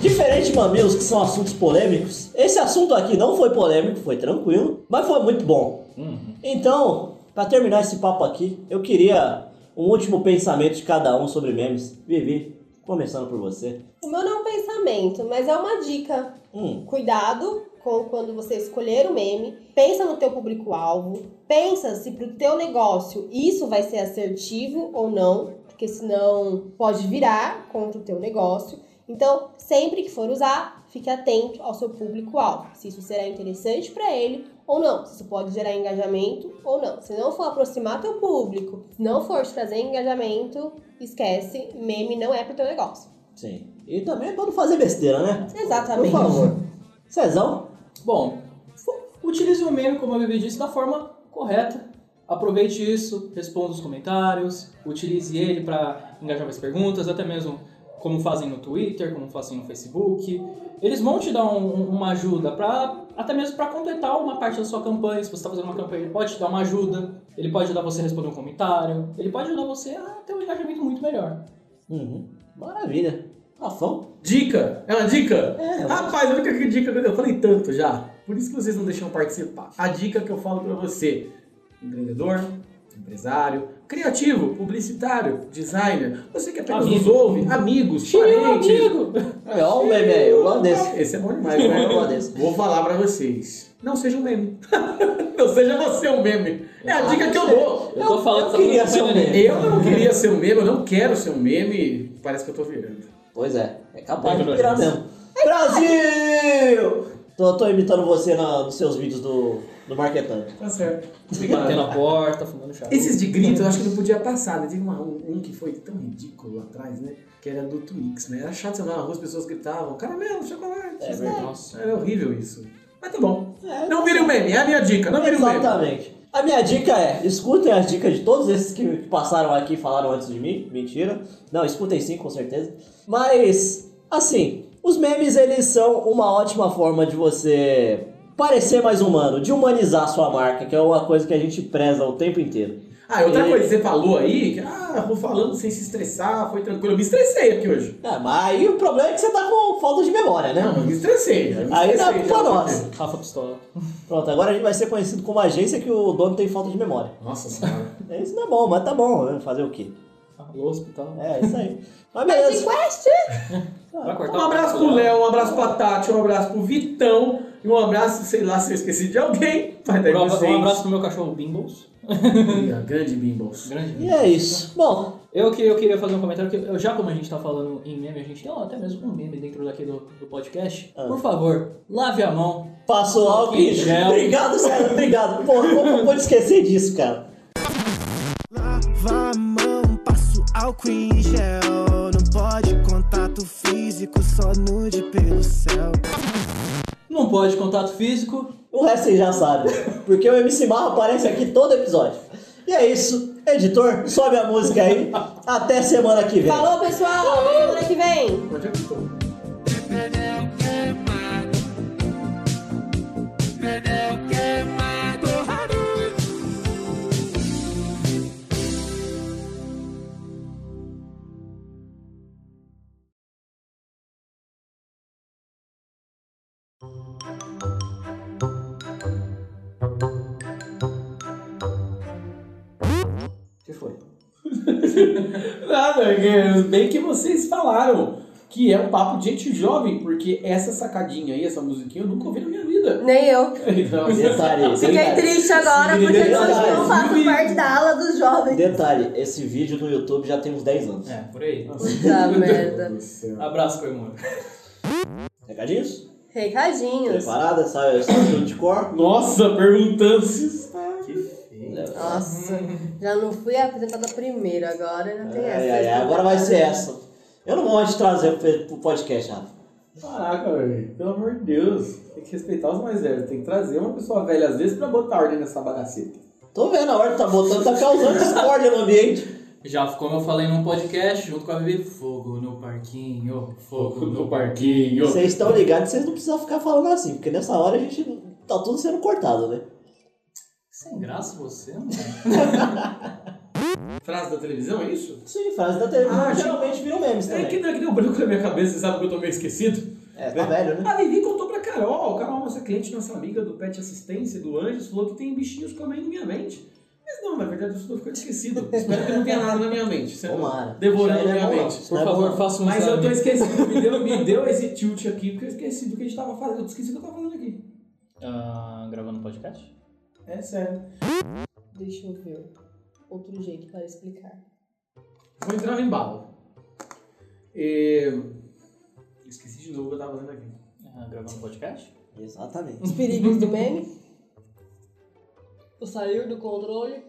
[SPEAKER 2] Diferente de mamilos, que são assuntos polêmicos, esse assunto aqui não foi polêmico, foi tranquilo, mas foi muito bom.
[SPEAKER 3] Uhum.
[SPEAKER 2] Então, pra terminar esse papo aqui, eu queria um último pensamento de cada um sobre memes. Vivi, começando por você.
[SPEAKER 5] O meu não é um pensamento, mas é uma dica
[SPEAKER 2] Hum,
[SPEAKER 5] Cuidado com quando você escolher o meme, pensa no teu público-alvo, pensa se pro teu negócio isso vai ser assertivo ou não, porque senão pode virar contra o teu negócio. Então, sempre que for usar, fique atento ao seu público-alvo, se isso será interessante para ele ou não, se isso pode gerar engajamento ou não. Se não for aproximar teu público, se não for te trazer engajamento, esquece, meme não é pro teu negócio.
[SPEAKER 2] sim. E também pra não fazer besteira, né? Por
[SPEAKER 5] Exatamente.
[SPEAKER 2] favor. Cezão?
[SPEAKER 3] Bom, fu- utilize o meme, como a Bebê disse, da forma correta. Aproveite isso, responda os comentários, utilize ele para engajar mais perguntas, até mesmo como fazem no Twitter, como fazem no Facebook. Eles vão te dar um- um- uma ajuda, pra, até mesmo para completar uma parte da sua campanha. Se você está fazendo uma campanha, ele pode te dar uma ajuda, ele pode ajudar você a responder um comentário, ele pode ajudar você a ter um engajamento muito melhor.
[SPEAKER 2] Uhum. Maravilha. Rafão?
[SPEAKER 8] Dica? É uma dica?
[SPEAKER 2] É,
[SPEAKER 8] Rapaz, a única dica que eu eu falei tanto já. Por isso que vocês não deixam participar. A dica que eu falo pra você, empreendedor, empresário, criativo, publicitário, designer, você que apenas
[SPEAKER 3] Amigo.
[SPEAKER 8] nos ouve, amigos,
[SPEAKER 3] Tire um
[SPEAKER 8] parentes.
[SPEAKER 3] amigo!
[SPEAKER 2] É, ó, o meme aí, eu gosto desse.
[SPEAKER 8] Esse é bom demais, né?
[SPEAKER 2] Eu gosto desse.
[SPEAKER 8] Vou falar pra vocês. Não seja um meme. não seja você um meme. É a dica que eu dou.
[SPEAKER 3] Eu tô falando
[SPEAKER 2] eu
[SPEAKER 3] dessa
[SPEAKER 2] queria
[SPEAKER 3] campanha
[SPEAKER 2] ser um
[SPEAKER 3] dele.
[SPEAKER 2] meme.
[SPEAKER 8] Eu não queria ser um meme, eu não quero ser um meme. Parece que eu tô virando.
[SPEAKER 2] Pois é, é capaz
[SPEAKER 3] Bem
[SPEAKER 2] de virar
[SPEAKER 3] nojento.
[SPEAKER 2] mesmo. É Brasil! Tô, tô imitando você na- nos seus vídeos do, do Marquetando.
[SPEAKER 8] Tá certo.
[SPEAKER 3] Batendo a porta, fumando charuto.
[SPEAKER 8] Esses de grito eu acho que não podia passar, né? Teve uma- um, um que foi tão ridículo lá atrás, né? Que era do Twix, né? Era chato você andar na rua, as pessoas gritavam, caramelo, chocolate.
[SPEAKER 2] É
[SPEAKER 8] né?
[SPEAKER 2] verdade.
[SPEAKER 8] Era horrível isso. Mas tá bom.
[SPEAKER 2] É,
[SPEAKER 8] Não vire o meme, é a minha dica, não vire o meme.
[SPEAKER 2] Exatamente. A minha dica é, escutem as dicas de todos esses que passaram aqui e falaram antes de mim. Mentira. Não, escutem sim, com certeza. Mas, assim, os memes, eles são uma ótima forma de você parecer mais humano, de humanizar a sua marca, que é uma coisa que a gente preza o tempo inteiro.
[SPEAKER 8] Ah, e outra
[SPEAKER 2] E-
[SPEAKER 8] coisa que você falou aí, que ah, vou falando sem se estressar, foi tranquilo. Eu me estressei aqui hoje.
[SPEAKER 2] É, mas aí o problema é que você tá com falta de memória, né?
[SPEAKER 8] Não, eu me estressei. eu me
[SPEAKER 2] Aí dá
[SPEAKER 8] estressei,
[SPEAKER 2] culpa
[SPEAKER 8] já.
[SPEAKER 2] nossa.
[SPEAKER 3] Rafa Pistola.
[SPEAKER 2] Pronto, agora a gente vai ser conhecido como agência que o dono tem falta de memória.
[SPEAKER 8] Nossa senhora.
[SPEAKER 2] Isso não é bom, mas tá bom, né? Fazer o quê?
[SPEAKER 3] Alô, hospital.
[SPEAKER 2] É, isso aí. Mas
[SPEAKER 5] Magic
[SPEAKER 2] beleza.
[SPEAKER 5] Quest! Ah,
[SPEAKER 3] Vai cortar
[SPEAKER 8] Um
[SPEAKER 3] o
[SPEAKER 8] abraço pro Léo, um abraço pra Tati, um abraço pro Vitão. E um abraço, sei lá se eu esqueci de alguém. Mas deve
[SPEAKER 3] Um abra-
[SPEAKER 8] ser
[SPEAKER 3] um abraço pro meu cachorro Bingles.
[SPEAKER 8] isso. Grande Bimbos.
[SPEAKER 3] Grande
[SPEAKER 2] E é isso. Bom,
[SPEAKER 3] Eu que eu queria fazer um comentário que eu- já como a gente tá falando em meme, a gente tem ó, até mesmo um meme dentro daqui do, do podcast.
[SPEAKER 2] Ah.
[SPEAKER 3] Por favor, lave a mão.
[SPEAKER 2] passou álcool
[SPEAKER 3] Em
[SPEAKER 2] em
[SPEAKER 3] gel.
[SPEAKER 2] gel. Obrigado, César, obrigado. Porra, como eu pude esquecer disso, cara?
[SPEAKER 14] Lava a mão, passo álcool em gel. Não pode contato físico, só nude pelo céu.
[SPEAKER 3] Não pode contato físico.
[SPEAKER 2] O resto vocês já sabem. Porque o MC Marro aparece aqui todo episódio. E é isso. Editor, sobe a música aí. Até semana que vem.
[SPEAKER 5] Falou, pessoal! Até semana que vem!
[SPEAKER 8] Onde é que eu tô?
[SPEAKER 3] O que foi?
[SPEAKER 8] Nada, é bem que vocês falaram que é um papo de gente jovem, porque essa sacadinha aí, essa musiquinha, eu nunca ouvi na minha vida.
[SPEAKER 5] Nem eu.
[SPEAKER 8] Então,
[SPEAKER 2] Detalhe,
[SPEAKER 5] Fiquei
[SPEAKER 2] detalhe,
[SPEAKER 5] triste agora
[SPEAKER 8] Sim,
[SPEAKER 5] porque
[SPEAKER 8] verdade.
[SPEAKER 5] agora eu não faço parte da ala dos jovens.
[SPEAKER 2] Um detalhe, esse vídeo no YouTube já tem uns 10 anos.
[SPEAKER 3] É, por aí.
[SPEAKER 5] Puta merda.
[SPEAKER 3] Abraço, Coimora.
[SPEAKER 2] Recadinhos?
[SPEAKER 5] Recadinhos.
[SPEAKER 2] Preparada? Sabe, sabe de cor?
[SPEAKER 8] Nossa, perguntando se tá- está.
[SPEAKER 5] Nossa, já não fui apresentada primeiro, agora já tem
[SPEAKER 2] Ai,
[SPEAKER 5] essa.
[SPEAKER 2] ai, ai, É, agora vai ser essa. Eu não vou te trazer pro- pro podcast, Rafa.
[SPEAKER 8] Caraca, velho. Pelo amor de Deus. Tem que respeitar os mais velhos. Tem que trazer uma pessoa velha às vezes pra botar ordem nessa bagaceta.
[SPEAKER 2] Tô vendo a hora que tá botando, tá causando discórdia no ambiente.
[SPEAKER 1] Já como eu falei num podcast, junto com a Vivi, fogo no parquinho, fogo no
[SPEAKER 8] parquinho.
[SPEAKER 2] Vocês estão ligados, vocês não precisam ficar falando assim, porque nessa hora a gente tá tudo sendo cortado, né?
[SPEAKER 1] Sem graça você, mano.
[SPEAKER 8] Frase da televisão, é isso?
[SPEAKER 2] Sim, frase da TV
[SPEAKER 8] Ah,
[SPEAKER 2] geralmente viram memes
[SPEAKER 8] É
[SPEAKER 2] também.
[SPEAKER 8] que, deu- que deu um branco na minha cabeça, você sabe que eu tô meio esquecido?
[SPEAKER 2] É, tá velho, né?
[SPEAKER 8] A Vivi contou pra Carol, Carol, é nossa cliente, nossa amiga do Pet Assistência, do Anjos, falou que tem bichinhos comendo minha mente. Mas não, na verdade eu estou ficando esquecido. Espero que não tenha nada na minha mente. sendo
[SPEAKER 2] Tomara.
[SPEAKER 8] Devorando
[SPEAKER 2] Isso aí não é
[SPEAKER 8] É, minha
[SPEAKER 2] bom, não.
[SPEAKER 8] mente.
[SPEAKER 2] Isso
[SPEAKER 3] Por
[SPEAKER 2] não é bom,
[SPEAKER 3] favor,
[SPEAKER 2] não.
[SPEAKER 3] faça um
[SPEAKER 8] Mas eu tô
[SPEAKER 3] exame.
[SPEAKER 8] esquecido, me deu, me deu esse tilt aqui, porque eu esqueci do que a gente tava fazendo. Eu esqueci o que eu tava fazendo aqui.
[SPEAKER 3] Ah, gravando podcast?
[SPEAKER 8] É sério.
[SPEAKER 5] Deixa eu ver outro jeito para explicar.
[SPEAKER 8] Vou entrar no embalo. E... É. Esqueci de novo o que eu tava fazendo aqui.
[SPEAKER 3] Ah, gravando podcast?
[SPEAKER 2] Exatamente.
[SPEAKER 5] Os perigos do meme. O sair do controle.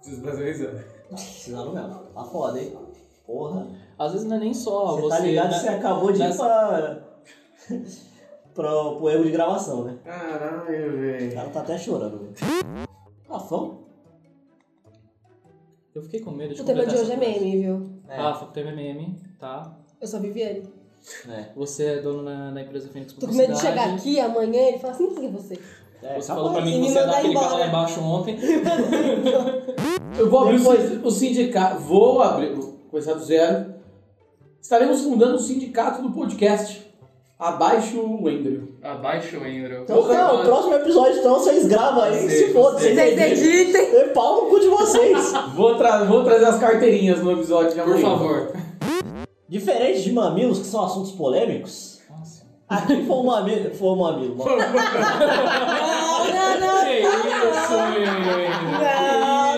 [SPEAKER 8] Preciso fazer isso.
[SPEAKER 2] Precisando mesmo. Tá foda, hein? Porra.
[SPEAKER 3] Às vezes não é nem só
[SPEAKER 2] Você
[SPEAKER 3] você.
[SPEAKER 2] tá ligado
[SPEAKER 3] né?
[SPEAKER 2] que você acabou de ir
[SPEAKER 3] Nas-
[SPEAKER 2] pra... pra... pro erro de gravação, né?
[SPEAKER 8] Caralho,
[SPEAKER 2] O
[SPEAKER 8] velho.
[SPEAKER 2] cara tá até chorando, velho. Ah, Rafão?
[SPEAKER 3] Eu fiquei com medo de
[SPEAKER 5] O tema de
[SPEAKER 3] completar
[SPEAKER 5] hoje é
[SPEAKER 3] essa frase.
[SPEAKER 5] meme, viu?
[SPEAKER 3] Rafa, o tema é meme, tá?
[SPEAKER 5] Eu sou a Viviane.
[SPEAKER 2] É.
[SPEAKER 3] Você é dono na, da empresa Fênix
[SPEAKER 5] Tô com medo de
[SPEAKER 3] Publicidade.
[SPEAKER 5] chegar aqui amanhã e ele falar assim, quem é você?
[SPEAKER 2] É,
[SPEAKER 3] Você
[SPEAKER 2] acabou.
[SPEAKER 3] falou pra mim
[SPEAKER 5] E
[SPEAKER 3] que
[SPEAKER 5] me
[SPEAKER 3] você é
[SPEAKER 5] mandar
[SPEAKER 3] daquele que tava
[SPEAKER 5] embora.
[SPEAKER 3] lá embaixo ontem.
[SPEAKER 8] Eu vou abrir o, sindicato. Vou abrir. Vou começar do zero. Estaremos fundando o sindicato do podcast. Abaixo o Andrew.
[SPEAKER 1] Abaixa o Endro.
[SPEAKER 2] Então tá, o próximo episódio então vocês gravam aí,
[SPEAKER 1] Vocês,
[SPEAKER 2] se foda, vocês
[SPEAKER 5] Vocês editem!
[SPEAKER 2] Eu pau no cu de vocês.
[SPEAKER 8] Vou, tra- vou trazer as carteirinhas no episódio né, de amanhã.
[SPEAKER 1] Por favor.
[SPEAKER 2] Diferente de mamilos, que são assuntos polêmicos,
[SPEAKER 3] Nossa.
[SPEAKER 2] aqui foi um mamilo. Foi um mamilo.
[SPEAKER 5] Não, não, não!
[SPEAKER 3] Que isso, Endro?
[SPEAKER 5] Não, não,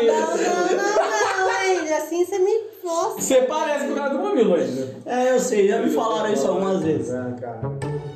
[SPEAKER 5] não, não, não, hein? Assim você me força.
[SPEAKER 8] É Você parece com o cara do Mamilo ainda.
[SPEAKER 2] É, eu sei, já me falaram isso algumas vezes.
[SPEAKER 8] Ah, cara.